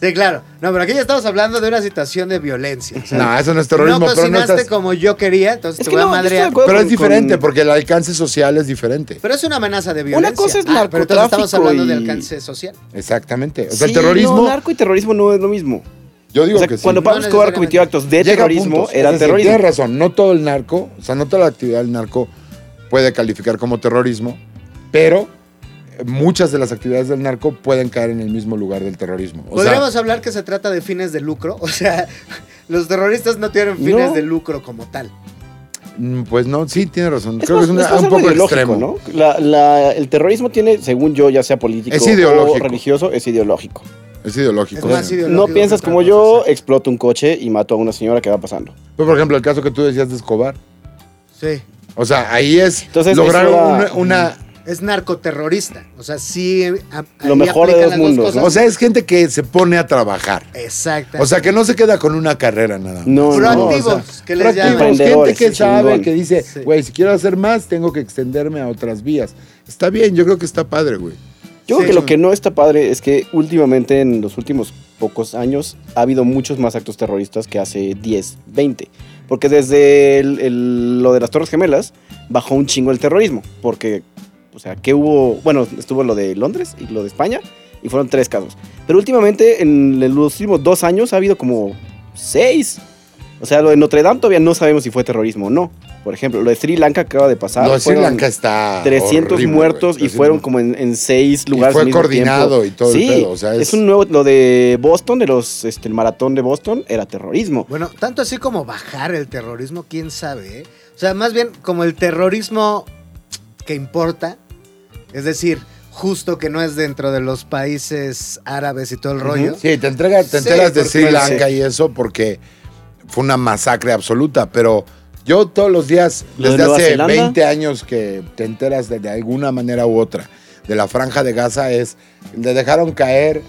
S2: Sí, claro. No, pero aquí ya estamos hablando de una situación de violencia. O sea,
S1: No, eso no es terrorismo,
S2: no
S1: pero no
S2: cocinaste
S1: estás...
S2: como yo quería, entonces
S3: Es
S2: te
S3: que
S2: voy a
S3: no, yo estoy de
S2: madrear.
S3: acuerdo
S1: Pero es
S3: con-
S1: diferente,
S3: con-
S1: porque el alcance social es diferente.
S2: Pero es una amenaza de violencia. Ah,
S3: cosa es
S2: pero entonces estamos
S3: narcotráfico
S2: hablando
S3: y-
S2: de alcance social.
S1: Exactamente. O sea, el
S3: Sí,
S1: terrorismo,
S3: No, narco y terrorismo no es lo mismo.
S1: yo digo
S3: o sea,
S1: que sí.
S3: cuando Pablo
S2: No
S3: Escobar
S2: necesariamente.
S3: cometió actos de
S1: Llega a
S3: terrorismo,
S1: puntos. Es
S3: era
S1: decir,
S3: terrorismo.
S1: Tienes razón, no todo el narco, o sea, no toda la actividad del narco puede calificar como terrorismo, pero eh, muchas de las actividades del narco pueden caer en el mismo lugar del terrorismo. O sea,
S2: Podríamos hablar que se trata de fines de lucro. O sea, los terroristas no tienen fines
S3: No.
S2: de lucro como tal.
S1: mm, pues no, sí, tienes razón.
S3: Es
S1: Creo
S3: más-
S1: que es, una-
S3: es más
S1: un
S3: algo
S1: poco
S3: ideológico,
S1: extremo.
S3: ¿no? La- la- el terrorismo tiene, según yo, ya sea político
S1: Es ideológico.
S3: o religioso, es ideológico.
S1: Es ideológico.
S2: Es más
S1: sí.
S2: ideológico
S3: No piensas
S2: que
S3: como
S2: otra
S3: yo,
S2: cosa.
S3: exploto un coche y mato a una señora que va pasando.
S1: Pero, pues, por ejemplo, el caso que tú decías de Escobar.
S2: Sí.
S1: O sea, ahí es
S3: Entonces,
S1: lograr
S3: eso
S1: una,
S3: era-
S1: una-
S2: Es narcoterrorista. O sea, sí. a-
S3: Lo
S2: ahí
S3: mejor de dos
S2: aplican las dos
S3: mundos,
S2: cosas.
S3: ¿no?
S1: O sea, es gente que se pone a trabajar.
S2: Exacto.
S1: O sea, que no se queda con una carrera nada más.
S3: No, no.
S2: Proactivo.
S3: o sea,
S2: que les
S1: Proactivos,
S2: llaman.
S1: gente
S3: Emprendedores,
S1: que sabe,
S3: chingón.
S1: que dice,
S2: Sí.
S1: güey, si quiero hacer más, tengo que extenderme a otras vías. Está bien, yo creo que está padre, güey.
S3: yo
S2: Sí.
S3: creo que lo que no está padre es que últimamente, en los últimos pocos años, ha habido muchos más actos terroristas que hace 10, 20. Porque desde el- el- lo de las Torres Gemelas bajó un chingo el terrorismo. Porque, o sea, que hubo. Bueno, estuvo lo de Londres y lo de España, y fueron tres casos. Pero últimamente, en los últimos dos años, ha habido como seis. O sea, lo de Notre Dame todavía no sabemos si fue terrorismo o no. Por ejemplo, lo de Sri Lanka acaba de pasar.
S1: Lo de Sri
S3: fueron-
S1: Lanka está
S3: 300
S1: horrible,
S3: muertos
S1: güey.
S3: y fueron como en, en seis
S1: Y
S3: lugares.
S1: fue
S3: al mismo
S1: coordinado
S3: tiempo.
S1: y todo el
S3: Sí,
S1: pedo, o sea,
S3: es...
S1: es-
S3: un nuevo. Lo de Boston, de los, este, el maratón de Boston, era terrorismo.
S2: Bueno, tanto así como bajar el terrorismo, quién sabe. eh? O sea, más bien como el terrorismo que importa, es decir, justo que no es dentro de los países árabes y todo el
S3: Ujú.
S2: rollo.
S1: Sí, te, entrega- te
S2: Sí,
S1: enteras de
S2: porque-
S1: Sri Lanka y eso porque fue una masacre absoluta, pero yo todos los días,
S3: ¿Lo de
S1: desde
S3: Nueva
S1: hace
S3: Zelanda?
S1: 20 años que te enteras de, de alguna manera u otra de la franja de Gaza es, le dejaron caer,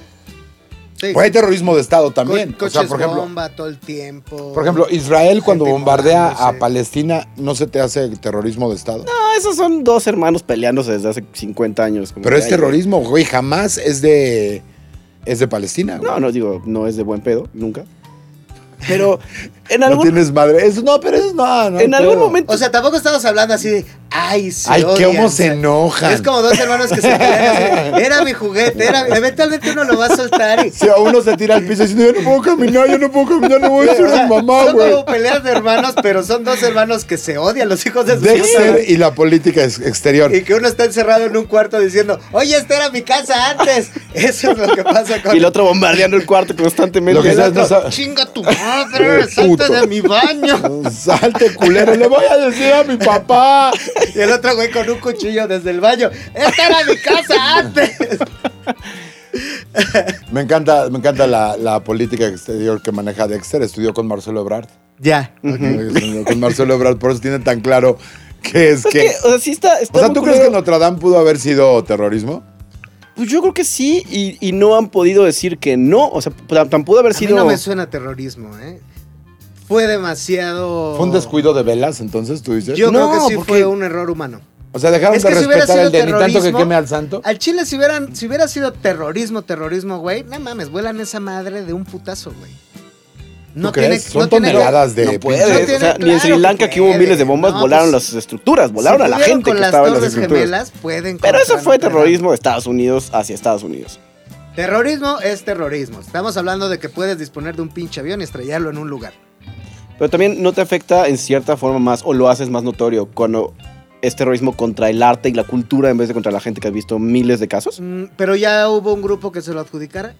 S2: Sí.
S1: pues hay terrorismo de Estado
S2: Co-
S1: también. o
S2: coches
S1: sea, por ejemplo,
S2: bomba todo el tiempo.
S1: Por ejemplo, Israel cuando
S2: Gente
S1: bombardea
S2: morándose.
S1: a Palestina, ¿no se te hace terrorismo de Estado?
S3: Ah, esos son dos hermanos peleándose desde hace 50 años. como
S1: Pero
S3: que,
S1: es
S3: ay,
S1: terrorismo, güey, jamás es de es de Palestina.
S3: güey. No,
S1: güey.
S3: no digo, no es de buen pedo, nunca. Pero en
S1: No
S3: algún,
S1: tienes madre. Eso no, pero eso no, no
S3: en algún
S1: puedo.
S3: momento.
S2: O sea, tampoco estamos hablando así de, ay, se
S1: Ay,
S2: odian,
S1: cómo
S2: o sea,
S1: se enojan.
S2: Es como dos hermanos que se pelean. así, Era mi juguete, era, eventualmente uno lo va a soltar. Y,
S1: Si a uno se tira al piso diciendo, yo no puedo caminar, yo no puedo caminar, le voy a decir a mi mamá,
S2: son
S1: güey.
S2: como peleas de hermanos, pero son dos hermanos que se odian, los hijos de su puta
S1: Dexter y la política ex- exterior.
S2: Y que uno está encerrado en un cuarto diciendo, oye, esta era mi casa antes. Eso es lo que pasa con
S3: Y el otro bombardeando el cuarto constantemente.
S1: Lo que
S3: El
S1: sabes
S3: otro-
S1: no sabe-
S2: Chinga tu madre, salte
S1: Puto.
S2: de mi baño.
S1: Salte, culero, le voy a decir a mi papá.
S2: Y el otro güey con un cuchillo desde el baño. Esta era mi casa antes.
S1: Me encanta, me encanta la, la política exterior que maneja Dexter. Estudió con Marcelo Ebrard.
S2: Ya.
S1: Con Marcelo Ebrard, por eso tiene tan claro que es
S3: Es
S1: que.
S3: que, o sea, sí está. está
S1: O sea,
S3: muy
S1: ¿tú crees que
S3: culero.
S1: Notre Dame pudo haber sido terrorismo?
S3: Pues yo creo que sí, y, y no han podido decir que no. O sea, tan, tan pudo haber
S2: A mí
S3: sido.
S2: no me suena a terrorismo, ¿eh? fue demasiado.
S1: ¿Fue un descuido de velas entonces, tú dices?
S2: Yo
S3: No,
S2: creo que sí
S3: porque-
S2: fue un error humano.
S1: o sea, dejaron
S2: es
S1: de
S2: que si hubiera
S1: respetar
S2: sido
S1: el de ni tanto que
S2: terrorismo- ah,
S1: queme al santo.
S2: Al Chile, si, hubieran, si hubiera sido terrorismo, terrorismo, güey, no mames, vuelan esa madre de un putazo, güey.
S1: ¿Tú crees? Son
S2: tiene-
S1: toneladas de
S3: No
S1: pinche-
S3: puede.
S2: No
S3: o sea,
S2: tiene-
S3: ni en Sri
S2: claro
S3: Lanka
S2: que
S3: que hubo
S2: puede.
S3: miles de bombas,
S2: No,
S3: volaron
S2: pues,
S3: las estructuras, volaron a la
S2: pudieron
S3: gente
S2: con
S3: que
S2: las
S3: estaba en las
S2: torres
S3: estructuras.
S2: gemelas pueden
S3: Pero eso
S2: contra
S3: fue
S2: Notre Dame.
S3: terrorismo de Estados Unidos hacia Estados Unidos.
S2: Terrorismo es terrorismo. Estamos hablando de que puedes disponer de un pinche avión y estrellarlo en un lugar.
S3: Pero también no te afecta en cierta forma más o lo haces más notorio cuando es terrorismo contra el arte y la cultura en vez de contra la gente que has visto miles de casos.
S2: Mm, Pero ya hubo un grupo que se lo adjudicara.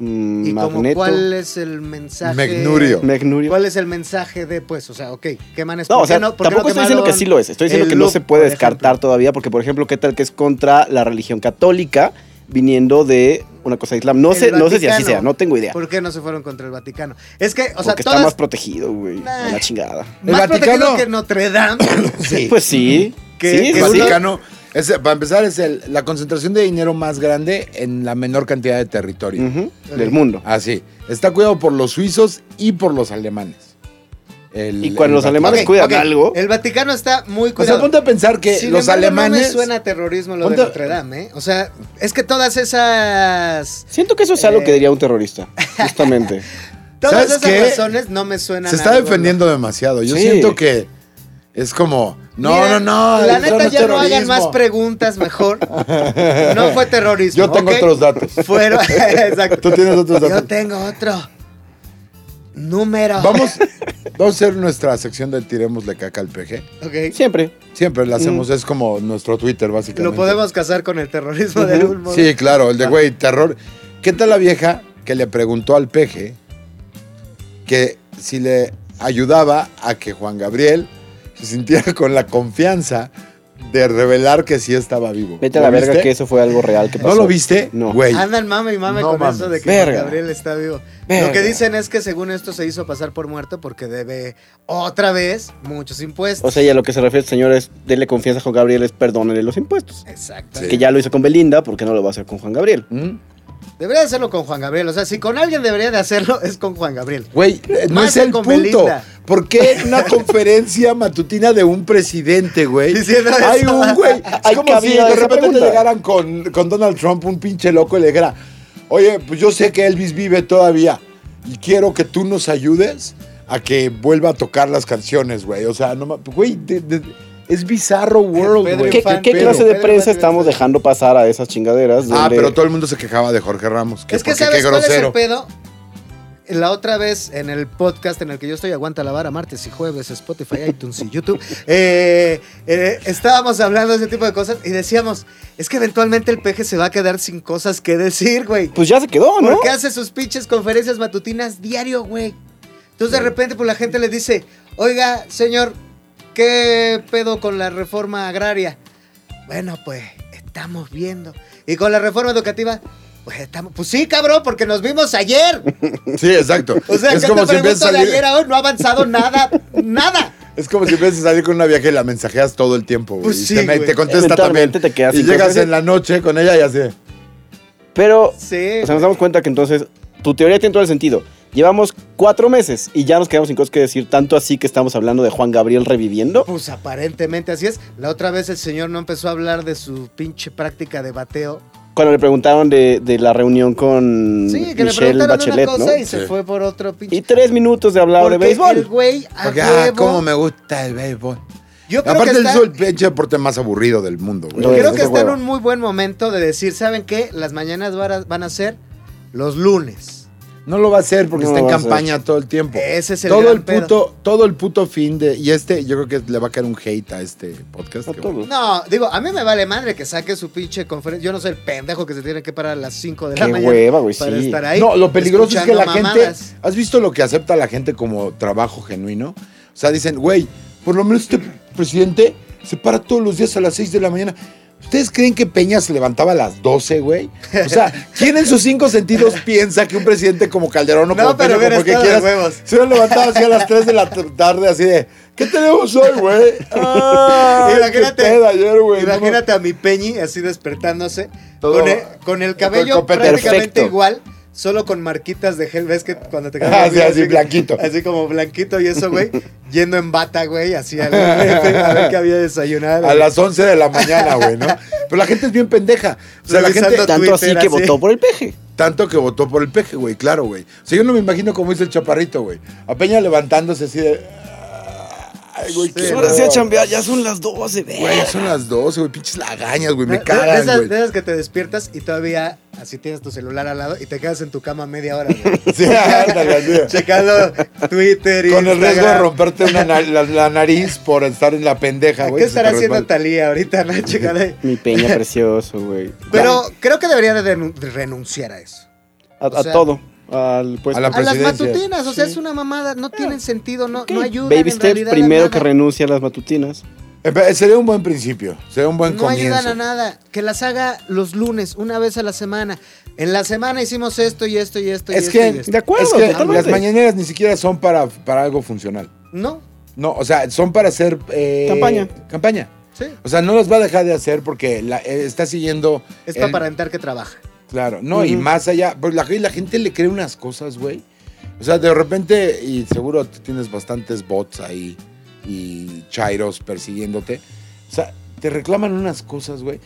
S3: Mm,
S2: ¿Y como
S3: Magneto.
S2: cuál es el mensaje?
S1: Megnurio.
S3: Megnurio.
S2: ¿Cuál es el mensaje de, pues, o sea, ok, queman esto?
S3: No,
S2: ¿Por
S3: o
S2: qué
S3: sea,
S2: no- por qué no
S3: tampoco estoy diciendo que
S2: quemaron
S3: sí lo es. Estoy diciendo
S2: el
S3: que no
S2: loop,
S3: se puede
S2: por ejemplo?
S3: descartar todavía, porque, por ejemplo, ¿qué tal que es contra la religión católica viniendo de una cosa de Islam? No,
S2: El
S3: sé, no sé si así
S2: Vaticano.
S3: sea, no tengo idea.
S2: ¿Por qué no se fueron contra el Vaticano? Es que, o sea,
S3: porque
S2: todas
S3: está más protegido, güey. a
S2: Nah.
S3: La chingada.
S1: El
S2: más
S1: Vaticano-
S2: protegido que Notre Dame.
S1: Sí.
S3: Pues sí.
S2: Que-
S3: sí,
S1: El
S3: es así.
S1: Vaticano, es- para empezar, es el- la concentración de dinero más grande en la menor cantidad de territorio.
S3: Ujú, Del mundo.
S1: Así. Está cuidado por los suizos y por los alemanes. El-
S3: Y cuando
S1: el pues
S3: los alemanes
S1: Vaticano.
S3: cuidan
S2: Ok,
S3: algo.
S2: El Vaticano está muy
S1: O sea,
S2: cuidado.
S1: ponte a pensar que
S2: Sin
S1: los
S2: embargo,
S1: alemanes.
S2: No me suena a terrorismo lo
S1: Ponte-
S2: de Notre Dame, ¿eh? O sea, es que todas esas.
S3: Siento que eso es algo
S2: Eh.
S3: que diría un terrorista. Justamente.
S2: Todas
S1: ¿Sabes
S2: esas
S1: qué?
S2: razones no me suenan
S1: se está
S2: algo,
S1: defendiendo demasiado. Yo
S3: Sí.
S1: siento que es como. No,
S2: Mira,
S1: no, no.
S2: La
S1: eso
S2: neta,
S1: es
S2: ya no hagan
S1: terrorismo.
S2: más preguntas, mejor. No fue terrorismo.
S1: Yo tengo
S2: ¿ok?
S1: otros datos.
S2: Fueron. Exacto.
S1: Tú tienes otros
S2: Yo
S1: datos.
S2: tengo otro. Número.
S1: Vamos, vamos a hacer nuestra sección de Tiremosle caca al PG.
S2: Ok.
S3: Siempre.
S1: Siempre la hacemos, es como nuestro Twitter, básicamente.
S2: Mm. Lo podemos Ah. casar con el terrorismo de
S3: Ujú.
S2: algún modo.
S1: Sí, claro, el de güey, terror. ¿Qué tal la vieja que le preguntó al peje que si le ayudaba a que Juan Gabriel se sintiera con la confianza de revelar que sí estaba vivo?
S3: Vete a
S1: ¿Lo
S3: la verga
S1: viste?
S3: que eso fue algo real que pasó.
S1: ¿No lo viste?
S3: No.
S1: Güey,
S2: Andan mame y mame
S1: No
S2: con
S1: mames.
S2: eso de que
S3: Verga.
S2: Juan Gabriel está vivo. Lo que
S3: Verga.
S2: dicen es que según esto se hizo pasar por muerto porque debe otra vez muchos impuestos.
S3: O sea, y a lo que se refiere el señor es denle confianza a Juan Gabriel es perdónenle los impuestos.
S2: Exacto.
S1: Sí.
S3: Que ya lo hizo con Belinda, ¿por qué no lo va a hacer con Juan Gabriel?
S1: ¿Mm?
S2: Debería hacerlo con Juan Gabriel. O sea, si con alguien debería de hacerlo, es con Juan Gabriel.
S1: Güey, eh, no
S2: Más
S1: es el
S2: con
S1: punto.
S2: Belinda.
S1: ¿Por qué en una conferencia matutina de un presidente, güey?
S2: Diciendo
S1: Hay
S2: eso.
S1: un güey. Es
S3: Hay
S1: como si
S3: cabida
S1: de
S3: esa
S1: repente
S3: pregunta.
S1: llegaran con, con Donald Trump, un pinche loco, y le dijera: Oye, pues yo sé que Elvis vive todavía y quiero que tú nos ayudes a que vuelva a tocar las canciones, güey. O sea, no ma- Güey, de- de- es bizarro world,
S2: Pedro
S1: güey.
S3: ¿Qué,
S2: Infante,
S3: qué
S1: Pero-
S3: clase de
S2: Pedro
S3: prensa
S2: Infante.
S3: estamos dejando pasar a esas chingaderas?
S1: Ah,
S3: donde-
S1: pero todo el mundo se quejaba de Jorge Ramos. Que
S2: es que
S1: porque
S2: sabes
S1: qué
S2: cuál es
S1: grosero.
S2: el pedo. La otra vez en el podcast en el que yo estoy, Aguanta la Vara, martes y jueves, Spotify, iTunes y YouTube, eh, eh, estábamos hablando de ese tipo de cosas y decíamos, es que eventualmente el peje se va a quedar sin cosas que decir, güey.
S3: Pues ya se quedó, ¿no?
S2: Porque hace sus pinches conferencias matutinas diario, güey. Entonces de repente pues la gente le dice, oiga, señor, ¿qué pedo con la reforma agraria? Bueno, pues estamos viendo. Y con la reforma educativa, pues estamos... Pues sí, cabrón, porque nos vimos ayer.
S1: Sí, exacto.
S2: O sea,
S1: es
S2: yo
S1: como
S2: te
S1: si empiezas
S2: pregunto
S1: a
S2: de
S1: salir-
S2: ayer a hoy, no ha avanzado nada, nada.
S1: Es como si empiezas a salir con una vieja y la mensajeas todo el tiempo, güey.
S2: Pues
S1: y
S2: sí,
S1: te, me-
S2: güey.
S1: te contesta también.
S3: Eventualmente te quedas
S1: y
S3: sin
S1: llegas
S3: cosas.
S1: en la noche con ella y así.
S3: Pero, o
S2: Sí.
S3: sea, nos damos cuenta que entonces tu teoría tiene todo el sentido. Llevamos cuatro meses y ya nos quedamos sin cosas que decir, tanto así que estamos hablando de Juan Gabriel reviviendo.
S2: Pues aparentemente así es. La otra vez el señor no empezó a hablar de su pinche práctica de bateo.
S3: Cuando le preguntaron de, de la reunión con
S2: Sí, que le
S3: Mm, Michelle
S2: preguntaron
S3: Bachelet,
S2: una cosa
S3: ¿no?
S2: y se
S1: Sí.
S2: fue por otro pinche.
S3: Y tres minutos de hablar de
S2: Porque El
S3: béisbol.
S2: güey a
S1: Porque, ah,
S2: huevo-
S1: cómo me gusta el béisbol.
S2: Yo creo
S1: Aparte,
S2: que
S1: él
S2: está,
S1: hizo el pinche deporte más aburrido del mundo,
S3: Lo
S1: güey.
S3: es.
S2: creo que
S3: ese
S2: está en
S3: huevo.
S2: un muy buen momento de decir, ¿saben qué? Las mañanas van a, van a ser los lunes.
S1: No lo va a hacer porque
S3: No
S1: está
S3: lo
S1: en
S3: va a hacer.
S1: campaña todo el tiempo.
S2: Ese es el
S1: todo
S2: gran
S1: el puto, todo el puto fin de. Y este, yo creo que le va a caer un hate a este podcast.
S3: A
S1: que-
S3: todos.
S2: pedo. No, digo, a mí me vale madre que saque su pinche conferencia. Yo no soy el pendejo que se tiene que parar a las 5 de la
S3: Qué
S2: mañana
S3: hueva, güey,
S2: para
S3: sí.
S2: estar ahí.
S1: No, lo peligroso es que la
S2: escuchando mamadas.
S1: gente. ¿Has visto lo que acepta la gente como trabajo genuino? O sea, dicen, güey, por lo menos este presidente se para todos los días a las 6 de la mañana. ¿Ustedes creen que Peña se levantaba a las 12, güey? O sea, ¿quién en sus cinco sentidos piensa que un presidente como Calderón o
S2: No,
S1: como
S2: pero
S1: Peña,
S2: hubiera
S1: como que
S2: estado de
S1: quieras,
S2: huevos.
S1: se hubiera levantado así a las 3 de la t- tarde, así de, ¿qué tenemos hoy, güey? Ay,
S2: Imagínate,
S1: qué pedo ayer, güey. No,
S2: Imagínate a mi Peñi así despertándose
S1: Todo-
S2: con el, con el cabello
S1: con- con-
S2: prácticamente
S3: perfecto.
S2: igual, solo con marquitas de gel. ¿Ves que cuando te
S1: Ah,
S2: cambias,
S1: sí, así, blanquito.
S2: Así como blanquito y eso, güey. yendo en bata, güey, así al jefe, a ver qué había de desayunar.
S1: A las 11 de la mañana, güey, ¿no? Pero la gente es bien pendeja. O sea, la
S2: Revisando
S1: gente
S3: Tanto así
S2: Twitter,
S3: Pues que
S2: así.
S3: votó por el peje.
S1: tanto que votó por el peje, güey, claro, güey. O sea, yo no me imagino cómo hizo el chaparrito, güey. A Peña levantándose así de. Ay, güey, qué
S2: Sí,
S3: Ahora sí a
S1: horror.
S3: chambear, ya son las 12, ve.
S1: Güey, son las 12, güey. Pinches lagañas, güey.
S2: De-
S1: Me
S2: de-
S1: cagan,
S2: de, esas,
S1: güey.
S2: de esas que te despiertas y todavía así tienes tu celular al lado y te quedas en tu cama media hora. güey.
S1: Sí, ándale, así.
S2: Checando Twitter y.
S1: Con el riesgo de romperte una na- la, la nariz por estar en la pendeja, güey.
S2: ¿Qué
S1: que se te
S2: estará haciendo
S1: resbala.
S2: Talía ahorita, no? Chécale.
S3: Mi peña precioso, güey.
S2: Pero creo que debería de renun- de renunciar a eso.
S3: A, a
S2: o sea,
S3: todo. Al pues, puesto.
S1: a la
S2: A las
S1: presidencia.
S2: matutinas, o sea,
S3: Sí.
S2: es una mamada, no tienen sentido, no, no
S3: Ok,
S2: ayudan.
S3: Baby
S2: en
S3: steps,
S2: realidad a
S3: primero
S2: nada.
S3: que renuncia a las matutinas.
S1: Eh, pero Sería un buen principio. Sería un buen
S2: No
S1: comienzo.
S2: ayudan a nada. Que las haga los lunes, una vez a la semana. En la semana hicimos esto y esto y esto y
S1: Es
S2: esto.
S1: que,
S2: y esto.
S3: De acuerdo,
S1: es que
S3: totalmente.
S1: las mañaneras ni siquiera son para, para algo funcional.
S2: No,
S1: No, o sea, son para hacer... eh,
S3: Campaña.
S1: Campaña.
S2: sí.
S1: O sea, no las va a dejar de hacer porque la- eh, está siguiendo...
S2: Es
S1: el-
S2: para aparentar que trabaja.
S1: Claro, no, y
S3: Ujú.
S1: más allá, pues la, la gente le cree unas cosas, güey. O sea, de repente, y seguro tú tienes bastantes bots ahí y chairos persiguiéndote. O sea, te reclaman unas cosas, güey.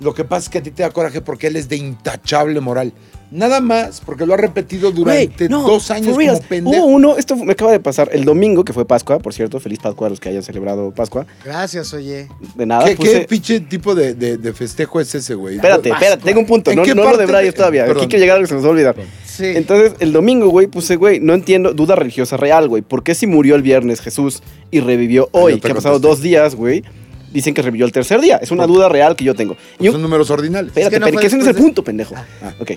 S1: Lo que pasa es que a ti te da coraje porque él es de intachable moral. Nada más porque lo ha repetido durante
S3: Güey, no,
S1: dos años
S3: for reals.
S1: como pendejo.
S3: Hubo uno, esto me acaba de pasar el domingo, que fue Pascua, por cierto. Feliz Pascua a los que hayan celebrado Pascua.
S2: Gracias, oye.
S3: De nada,
S1: ¿Qué,
S3: puse-
S1: qué pinche tipo de, de- de festejo es ese, güey?
S3: pues, eh. Espérate, espérate, tengo un punto.
S1: ¿En
S3: No,
S1: qué
S3: no lo
S1: parte
S3: de Brian
S1: de-
S3: todavía.
S1: perdón.
S3: Aquí que llegar algo que se nos va a olvidar.
S2: Sí.
S3: Entonces, el domingo, güey, puse, güey, no entiendo duda religiosa real, güey. ¿Por qué si murió el viernes Jesús y revivió
S1: Ah,
S3: hoy,
S1: no te
S3: que ha pasado
S1: contesté.
S3: dos días, güey? Dicen que revivió el tercer día. Es una duda real que yo tengo. Y un-
S1: Son números ordinales.
S3: espérate,
S2: no
S3: pero
S2: fue
S3: que ese no es el
S2: después de-
S3: punto, pendejo.
S1: Ah.
S3: Ok.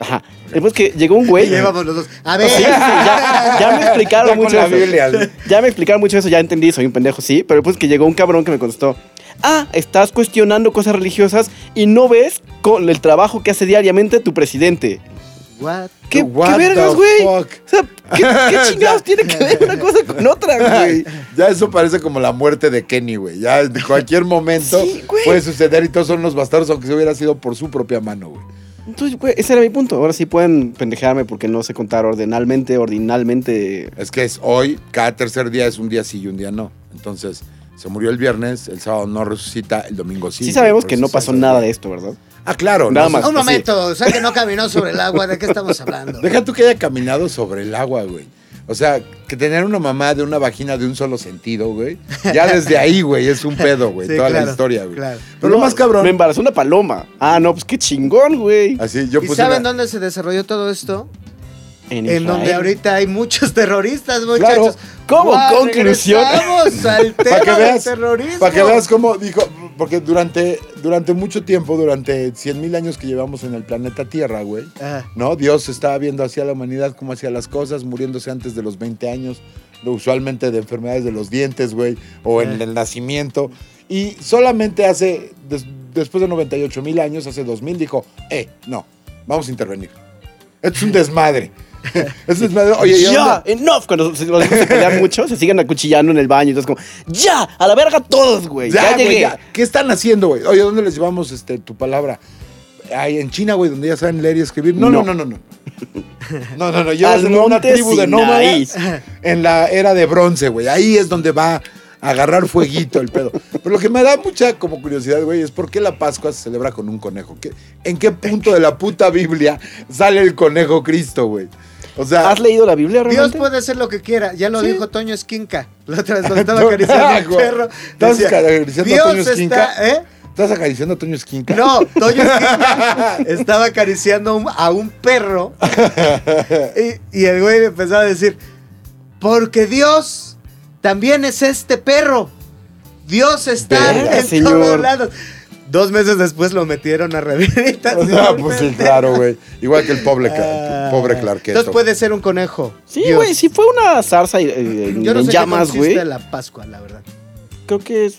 S3: Ajá. Después que llegó un güey.
S2: Y llevamos los dos. A ver,
S3: Sí, sí, ya, ya me explicaron
S1: Ya con
S3: mucho
S1: la
S3: eso.
S1: Biblia, ¿no?
S3: Ya me explicaron mucho eso, ya entendí, soy un pendejo, sí. Pero pues que llegó un cabrón que me contestó: Ah, estás cuestionando cosas religiosas y no ves con el trabajo que hace diariamente tu presidente.
S2: what?
S3: ¿Qué,
S1: What
S3: qué vergas,
S1: the
S3: güey? O
S1: fuck?
S3: sea, ¿qué, qué chingados tiene que ver una cosa con otra, güey?
S1: Ya eso parece como la muerte de Kenny, güey. Ya en cualquier momento
S3: Sí, güey.
S1: puede suceder y todos son unos bastardos, aunque se hubiera sido por su propia mano, güey.
S3: Entonces, güey, ese era mi punto. Ahora sí pueden pendejearme porque no sé contar ordinalmente, ordinalmente.
S1: Es que es hoy, cada tercer día es un día sí y un día no. Entonces, se murió el viernes, el sábado no resucita, el domingo sí.
S3: Sí, sabemos
S1: Por
S3: que
S1: eso
S3: no
S1: se
S3: pasó
S1: hace,
S3: nada de
S1: güey.
S3: esto, ¿verdad?
S1: Ah, claro.
S3: Nada
S1: no,
S3: más.
S2: Un
S1: no,
S2: momento, o sea que no caminó sobre el agua, ¿de qué estamos hablando?
S1: Deja tú que haya caminado sobre el agua, güey. O sea, que tener una mamá de una vagina de un solo sentido, güey. Ya desde ahí, güey, es un pedo, güey.
S2: Sí,
S1: toda la
S2: claro,
S1: historia, güey.
S2: claro.
S1: Pero lo
S3: No,
S1: más cabrón.
S3: Me embarazó una paloma. Ah, no, pues qué chingón, güey.
S1: Así, yo
S2: ¿Y
S1: puse.
S2: saben
S1: una-
S2: dónde se desarrolló todo esto? En
S3: Israel.
S2: donde ahorita hay muchos terroristas,
S1: Claro.
S2: muchachos.
S3: Como
S2: Guau,
S3: conclusión.
S2: regresamos al tema
S1: Para que
S2: del
S1: veas,
S2: terrorismo.
S1: para que veas cómo dijo, porque durante, durante mucho tiempo, durante 100.000 años que llevamos en el planeta Tierra, güey,
S2: Ajá.
S1: ¿no? Dios estaba viendo hacia la humanidad cómo hacía las cosas, muriéndose antes de los 20 años, lo usualmente de enfermedades de los dientes, güey, o en
S2: Ah.
S1: el nacimiento. Y solamente hace, des- después de 98 mil años, hace 2000, dijo, eh, no, vamos a intervenir. Esto es un desmadre. es un desmadre. Oye, ¿y
S3: ya,
S1: dónde-
S3: enough. Cuando se, los dejamos de pelear mucho, se siguen acuchillando en el baño. Entonces, como, ya, a la verga todos, güey. Ya,
S1: Ya, güey,
S3: llegué.
S1: ya. ¿Qué están haciendo, güey? Oye, ¿dónde les llevamos este, tu palabra? Ay, en China, güey, donde ya saben leer y escribir. No, no, no,
S3: No.
S1: no, no. No, no, no. Llevas
S3: Al
S1: en una
S3: monte
S1: tribu de nómadas
S3: Sinaí.
S1: en la era de bronce, güey. Ahí es donde va a agarrar fueguito el pedo. Pero lo que me da mucha como curiosidad, güey, es por qué la Pascua se celebra con un conejo. ¿Qué- ¿En qué punto de la puta Biblia sale el conejo Cristo, güey? O sea,
S3: ¿Has leído la Biblia
S2: Dios
S3: realmente?
S2: puede hacer lo que quiera, ya lo
S3: Sí.
S2: dijo Toño Esquinca. La otra vez cuando estaba acariciando al
S1: Güey,
S2: perro.
S1: ¿Estás acariciando a
S2: Dios
S1: Toño Esquinca?
S2: está, ¿eh?
S1: ¿Estás acariciando a Toño Esquinca?
S2: No, Toño Esquinca estaba acariciando un- a un perro y, y el güey le empezaba a decir, porque Dios también es este perro. Dios está
S3: Verga,
S2: en todos
S3: señor.
S2: lados. Dos meses después lo metieron a reviritas.
S1: O sea, pues sí, claro, güey. Igual que el pobre, Cla-
S2: Ah.
S1: pobre Clark Kent.
S2: Entonces puede ser un conejo.
S3: Sí,
S2: Dios.
S3: güey, sí fue una zarza eh, en,
S2: Yo no
S3: en
S2: sé
S3: llamas,
S2: qué consiste
S3: güey.
S2: la Pascua, la verdad.
S3: Creo que es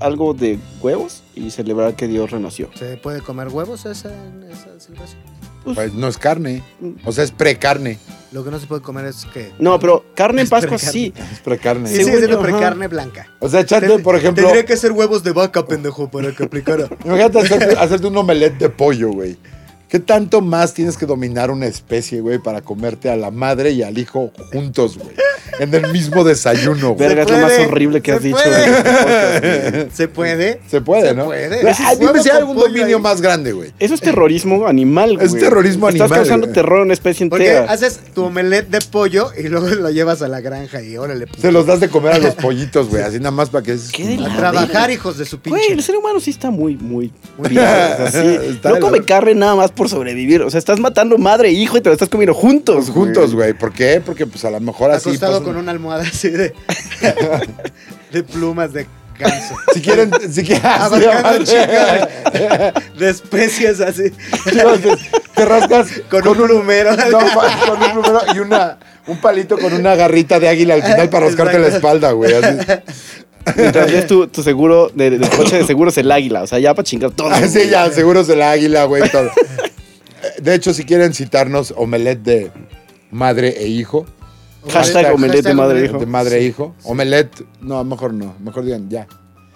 S3: algo de huevos y celebrar que Dios renació.
S2: ¿Se puede comer huevos esa, en esa celebración?
S1: Pues no es carne. O sea, es precarne.
S2: Lo que no se puede comer es que...
S3: No, pero carne en Pascua
S2: Carne.
S3: sí.
S1: Es precarne.
S2: Sí, sigue
S3: según
S2: siendo
S3: yo, ajá.
S2: precarne blanca.
S1: O sea, echarte,
S2: Ten-
S1: por ejemplo.
S2: Tendría que ser huevos de vaca, pendejo, para que aplicara.
S1: Imagínate hacerte, hacerte un omelette de pollo, güey. ¿Qué tanto más tienes que dominar una especie, güey, para comerte a la madre y al hijo juntos, güey? En el mismo desayuno, güey.
S3: Verga, es lo más
S2: puede,
S3: horrible que
S2: se
S3: has dicho.
S2: puede.
S3: en este podcast, güey.
S2: ¿Se puede?
S1: Se puede, ¿no?
S2: puede.
S1: Ah, dime
S2: Huevo
S1: si hay
S2: con
S1: algún
S2: pollo
S1: dominio
S2: ahí.
S1: más grande, güey.
S3: Eso es terrorismo animal, güey.
S1: Es terrorismo
S3: Estás
S1: animal,
S3: causando
S1: güey.
S3: terror a una especie
S2: Porque
S3: entera.
S2: haces tu omelette de pollo y luego lo llevas a la granja y órale. puto.
S1: Se los das de comer a los pollitos, güey, así nada más para que...
S3: Qué de
S2: A
S3: la
S2: trabajar,
S3: verga.
S2: hijos de su
S3: Güey,
S2: pinche.
S3: el ser humano sí está muy, muy.
S2: Muy
S3: pirado, o sea, sí.
S1: Está de
S3: No
S1: la
S3: come
S1: verga.
S3: carne nada más por sobrevivir. O sea, estás matando madre e hijo y te lo estás comiendo juntos. güey.
S1: Pues Juntos, güey. ¿Por qué? Porque pues a lo mejor así...
S2: acostado
S1: pasan-
S2: con una almohada así de, de plumas de ganso.
S1: Si quieren, si quieren...
S2: Abarcando un chingo de especies así.
S1: Te rascas
S2: Con un plumero.
S1: No, pa- con un número y una, un palito con una garrita de águila al final para rascarte la
S2: Exacto.
S1: espalda, güey. así.
S3: Mientras ves tu, tu seguro de, de coche de seguro es el águila. O sea, ya para chingar todo.
S1: Ah, sí,
S3: güey.
S1: ya, seguros del águila, güey. todo. Eh, De hecho, si quieren citarnos omelette de madre e hijo.
S3: Hashtag omelette de madre e hijo.
S1: De madre e hijo. Omelette, no, mejor no. Mejor digan, ya.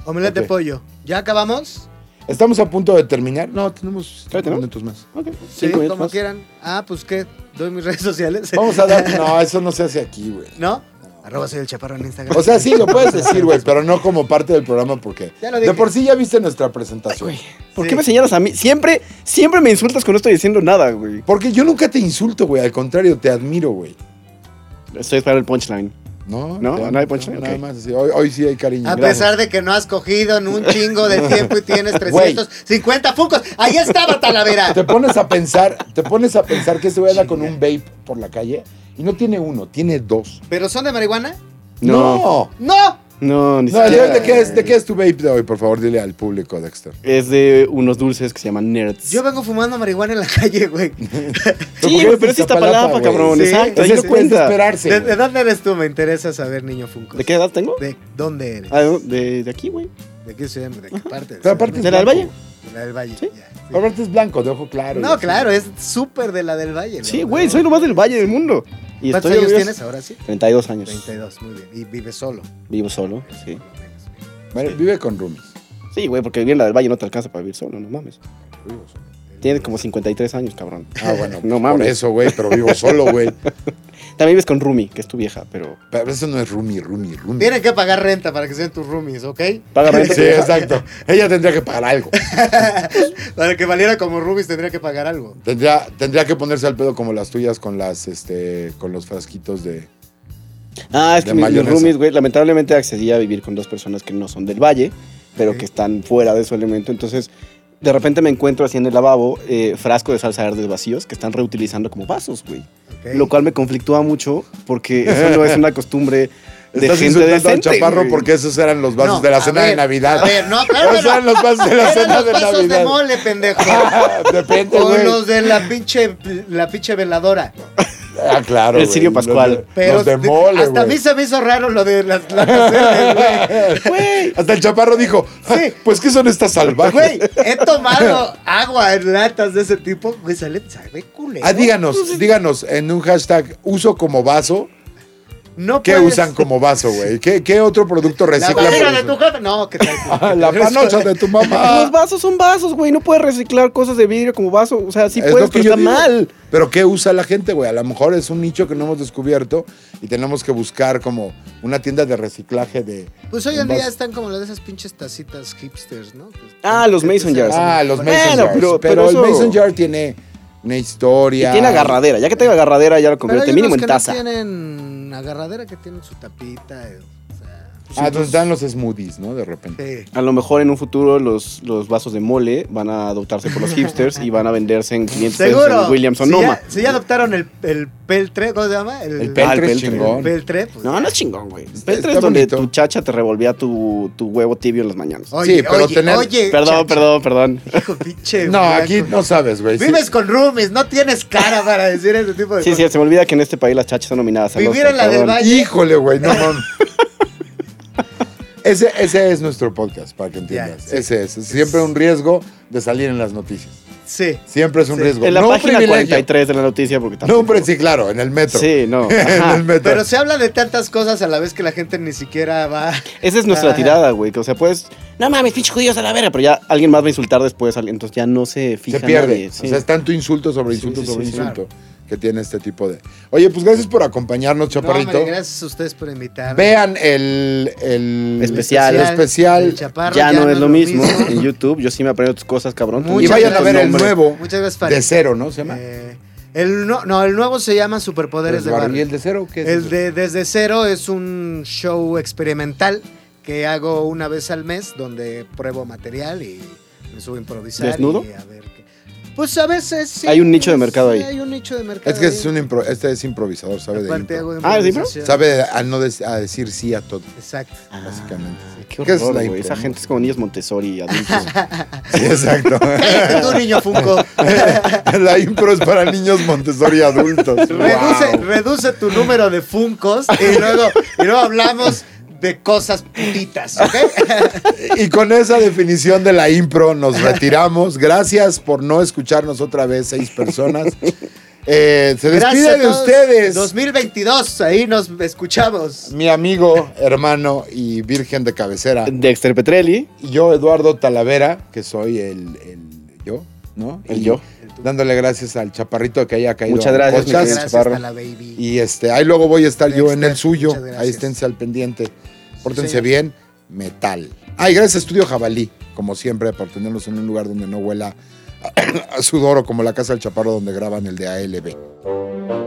S2: Omelette de
S1: Ok.
S2: pollo. ¿Ya acabamos?
S1: Estamos a punto de terminar. No, tenemos
S3: ¿Todavía
S1: cinco
S3: tenemos?
S1: minutos más. Oh.
S3: Ok,
S2: Sí,
S3: cinco minutos
S2: como
S3: más.
S2: quieran. Ah, pues qué. Doy mis redes sociales.
S1: Vamos a dar. No, eso no se hace aquí, güey.
S2: ¿No? Arroba soy el chaparro en Instagram.
S1: O sea, sí, lo puedes decir, güey, pero no como parte del programa porque.
S2: Ya lo dije.
S1: De por sí ya viste nuestra presentación.
S3: Güey, ¿Por
S2: Sí.
S3: qué me señalas a mí? Siempre, siempre me insultas cuando no estoy diciendo nada, güey.
S1: Porque yo nunca te insulto, güey. Al contrario, te admiro, güey.
S3: Estoy esperando el punchline.
S1: No,
S3: ¿No?
S1: te
S3: ¿No
S1: admiro,
S3: hay punchline?
S1: Nada
S3: Ok.
S1: más así. Hoy, hoy sí hay
S3: Mm,
S1: cariño.
S2: A
S1: Gracias.
S2: pesar de que no has cogido en un chingo de tiempo y tienes 350 fucos. Ahí estaba Talavera.
S1: Te pones a pensar, te pones a pensar que ese güey anda con un vape por la calle y no tiene uno, tiene dos.
S2: ¿Pero son de marihuana?
S1: No,
S2: ¡No!
S3: No, ni
S1: No,
S3: siquiera.
S1: ¿de, qué es, ¿de qué es tu vape de hoy? Por favor, dile al público, Dexter.
S3: Es de unos dulces que se llaman nerds.
S2: Yo vengo fumando marihuana en la calle, güey.
S1: ¿Por
S3: Sí,
S1: qué
S3: güey,
S1: eres
S3: pero
S1: Iztapalapa,
S3: es Iztapalapa,
S1: güey?
S3: cabrón.
S2: Sí,
S3: Exacto, ahí
S1: Entonces
S3: no
S1: puedes
S3: cuenta.
S1: esperarse.
S2: ¿De,
S1: güey.
S2: de dónde eres tú? Me interesa saber, niño Funko.
S3: ¿De qué edad tengo?
S2: ¿De dónde eres?
S3: Ah, no, de, de aquí, güey.
S2: ¿De qué ciudad? ¿De qué parte?
S1: Pero aparte es
S3: ¿De la del
S1: blanco,
S3: Valle?
S1: güey.
S2: De la del Valle.
S3: Sí.
S2: ya, sí.
S1: Aparte es blanco, de ojo claro. y
S2: No,
S1: así.
S2: claro, es súper de la del Valle.
S3: Sí,
S2: ¿no?
S3: güey, soy lo más del valle del mundo. Y
S2: ¿Cuántos
S3: estoy
S2: años
S3: orgulloso.
S2: tienes ahora sí?
S3: 32 años.
S2: 32, muy bien. Y vives solo.
S3: Vivo solo, sí.
S1: Bueno, vive con roomies.
S3: Sí, güey, porque vivir en la del valle no te alcanza para vivir solo, no mames. Tienes como 53 años, cabrón.
S1: Ah, bueno,
S3: No
S1: por
S3: mames.
S1: eso, güey, pero vivo solo, güey.
S3: También vives con Rumi, que es tu vieja, pero
S1: Pero eso no es roomie, roomie, roomie.
S2: Tienen que pagar renta para que sean tus roomies, ¿ok?
S3: paga renta.
S1: Sí, exacto. Ella tendría que pagar algo.
S2: Para que valiera como roomies tendría que pagar algo.
S1: Tendría, tendría que ponerse al pedo como las tuyas con las, este, con los frasquitos de.
S3: Ah, es
S1: De
S3: que mis, mis
S1: mayonesa.
S3: roomies, güey, lamentablemente accedí a vivir con dos personas que no son del valle, pero
S2: Ok.
S3: que están fuera de su elemento. Entonces, de repente me encuentro así en el lavabo eh, frasco de salsa verdes vacíos que están reutilizando como vasos, güey.
S2: ¿ok?
S3: Lo cual me conflictúa mucho porque eso no es una costumbre de
S1: Estás
S3: gente
S1: insultando
S3: decente.
S1: al chaparro
S3: güey.
S1: porque esos eran los vasos
S2: No,
S1: de la
S2: a
S1: cena de
S2: ver,
S1: Navidad.
S2: A ver, no, claro que
S1: esos eran
S2: no.
S1: los vasos de la
S2: Eran
S1: cena
S2: los
S1: de
S2: vasos
S1: Navidad.
S2: de mole, pendejo.
S1: Ah, Depende,
S2: O
S1: güey.
S2: los de la pinche, la pinche veladora.
S1: Ah, claro.
S3: El
S1: güey.
S3: Sirio Pascual.
S1: Los de-
S2: Pero
S1: los de
S2: de-
S1: mole,
S2: hasta a mí
S1: güey.
S2: se me hizo raro lo de las latas verdes, güey.
S1: Hasta el chaparro dijo, "Ja,
S2: Sí.
S1: pues ¿qué son estas salvajes?
S2: Güey, he tomado agua en latas de ese tipo. Güey, sale, sabe culero.
S1: Ah, díganos, díganos en un hashtag uso como vaso.
S2: No
S1: ¿Qué
S2: puedes-
S1: usan como vaso, güey? ¿Qué, qué otro producto
S2: La
S1: reciclan?
S2: barriga
S1: por
S2: de tu
S1: eso?
S2: jefe. No, ¿qué tal?
S1: Ah, La panocha de tu mamá.
S3: Los vasos son vasos, güey. No puedes reciclar cosas de vidrio como vaso. O sea, sí
S1: Es
S3: puedes,
S1: lo que
S3: pero
S1: yo
S3: está
S1: digo.
S3: mal.
S1: Pero ¿qué usa la gente, güey? A lo mejor es un nicho que no hemos descubierto y tenemos que buscar como una tienda de reciclaje de...
S2: Pues hoy en
S1: Vas-
S2: día están como las de esas pinches tacitas hipsters, ¿no? Que-
S3: Ah, los
S2: que-
S3: Mason
S2: que se-
S3: jars.
S1: Ah, los
S3: Bueno,
S1: Mason Jars. Pero,
S3: pero- pero
S1: el
S3: eso-
S1: Mason Jar tiene una historia... Ah,
S3: Y tiene agarradera. Ya que tengo agarradera, ya lo
S2: Pero hay
S3: convierte mínimo
S2: unos
S3: en
S2: que no
S3: taza.
S2: tienen agarradera que tienen su tapita. eh, o sea,
S1: Ah, donde dan los smoothies, ¿no? De repente.
S2: sí.
S3: A lo mejor en un futuro los, los vasos de mole van a adoptarse por los hipsters y van a venderse en 500 pesos
S2: Seguro.
S3: en Williams
S2: si,
S3: Sonoma.
S2: ya, si ya adoptaron el, el peltre, ¿cómo se llama?
S1: El
S3: Ah, el
S1: peltre es
S3: peltre.
S1: chingón.
S2: el peltre, pues,
S3: No, no es chingón, güey. Petre
S1: está
S3: es donde
S1: bonito.
S3: tu chacha te revolvía tu, tu huevo tibio en las mañanas.
S2: Oye,
S1: Sí, pero
S2: oye,
S1: tener-
S2: oye,
S3: perdón,
S2: chacha,
S3: perdón, perdón.
S2: hijo, pinche
S1: No,
S2: flaco.
S1: aquí no sabes, güey. Sí.
S2: Vives con roomies, no tienes cara para decir ese tipo de
S3: Sí,
S2: cosas.
S3: sí, se me olvida que en este país las chachas son nominadas. al
S2: Vivir
S3: Oscar,
S2: en la del
S3: cabrón.
S2: Valle.
S1: Híjole, güey, no mames. Ese, ese es nuestro podcast, para que entiendas.
S2: Ya, sí.
S1: Ese es. Siempre un riesgo de salir en las noticias.
S2: Sí.
S1: Siempre es un
S2: Sí.
S1: riesgo.
S3: En la
S1: no un
S3: página
S1: privilegio.
S3: 43 de la noticia, porque
S1: No,
S3: tampoco.
S1: hombre, sí, claro, en el metro.
S3: Sí, no.
S1: en el
S3: ajá.
S1: metro.
S2: Pero se habla de tantas cosas a la vez que la gente ni siquiera va.
S3: Esa es nuestra
S2: Ajá.
S3: tirada, güey. Que, o sea, puedes. No mames, pinche judíos a la verga. Pero ya alguien más va a insultar después. al- Entonces ya no se fija.
S1: se pierde.
S3: nadie,
S1: O
S3: sí.
S1: sea, es tanto insulto sobre
S3: Sí,
S1: insulto
S3: sí,
S1: sobre
S3: sí, sí.
S1: insulto que tiene este tipo de. Oye, pues gracias por acompañarnos,
S2: No, hombre,
S1: Chaparrito.
S2: gracias a ustedes por invitarme.
S1: Vean el, el
S3: Especial.
S1: el especial.
S2: del Chaparro,
S3: ya, no es lo mismo. en YouTube, yo sí me aprendo tus cosas, cabrón. Tú
S2: Muchas
S1: y vayan a
S3: tu
S1: ver el
S3: nombre.
S1: nuevo
S2: Muchas gracias, Farid.
S1: de cero, ¿no? Se llama.
S2: Eh, el no, no, el nuevo se llama Superpoderes de
S1: ¿Y
S2: Barrio.
S1: el de cero qué es?
S2: El
S1: eso?
S2: de Desde Cero es un show experimental que hago una vez al mes donde pruebo material y me subo a improvisar.
S3: ¿Desnudo?
S2: y a ver qué- Pues a veces sí.
S3: Hay un nicho de
S2: pues,
S3: mercado ahí.
S2: sí, Hay un nicho de mercado.
S1: Es que es
S2: ahí.
S1: un impro- este es improvisador, sabe de
S2: Aparte
S1: impro.
S2: hago
S3: Ah, ¿es de
S2: improvisación.
S1: Sabe a no des- a decir sí a todo.
S2: Exacto.
S3: Ah,
S1: Básicamente.
S3: Qué
S1: ¿Qué es la
S3: horror, güey.
S1: impro?
S3: Esa gente es como niños Montessori, adultos.
S1: Sí, exacto.
S2: Cállate tú, niño Funko.
S1: la impro es para niños Montessori adultos.
S2: reduce, reduce tu número de Funcos y luego, y luego hablamos de cosas putitas, ¿ok?
S1: Y con esa definición de la impro nos retiramos. Gracias por no escucharnos otra vez, seis personas. Eh, se
S2: Gracias a
S1: despide de
S2: todos.
S1: ustedes
S2: 2022, ahí nos escuchamos.
S1: mi amigo, hermano y virgen de cabecera.
S3: Dexter Petrelli.
S1: Y Yo, Eduardo Talavera, que soy el, el yo, ¿no?
S3: El
S1: Y
S3: yo.
S1: Dándole gracias al chaparrito que haya caído.
S3: Muchas
S1: al
S3: gracias, mi
S1: podcast.
S3: querido
S2: Gracias
S3: Chaparro.
S2: a la baby.
S1: Y este, ahí luego voy a estar yo en el
S2: Dexter,
S1: suyo.
S2: muchas gracias.
S1: Ahí esténse al pendiente. Pórtense
S2: señor.
S1: bien, metal. Ay, gracias Estudio Jabalí, como siempre, por tenernos en un lugar donde no huela a sudor o como la casa del chaparro donde graban el de ALB.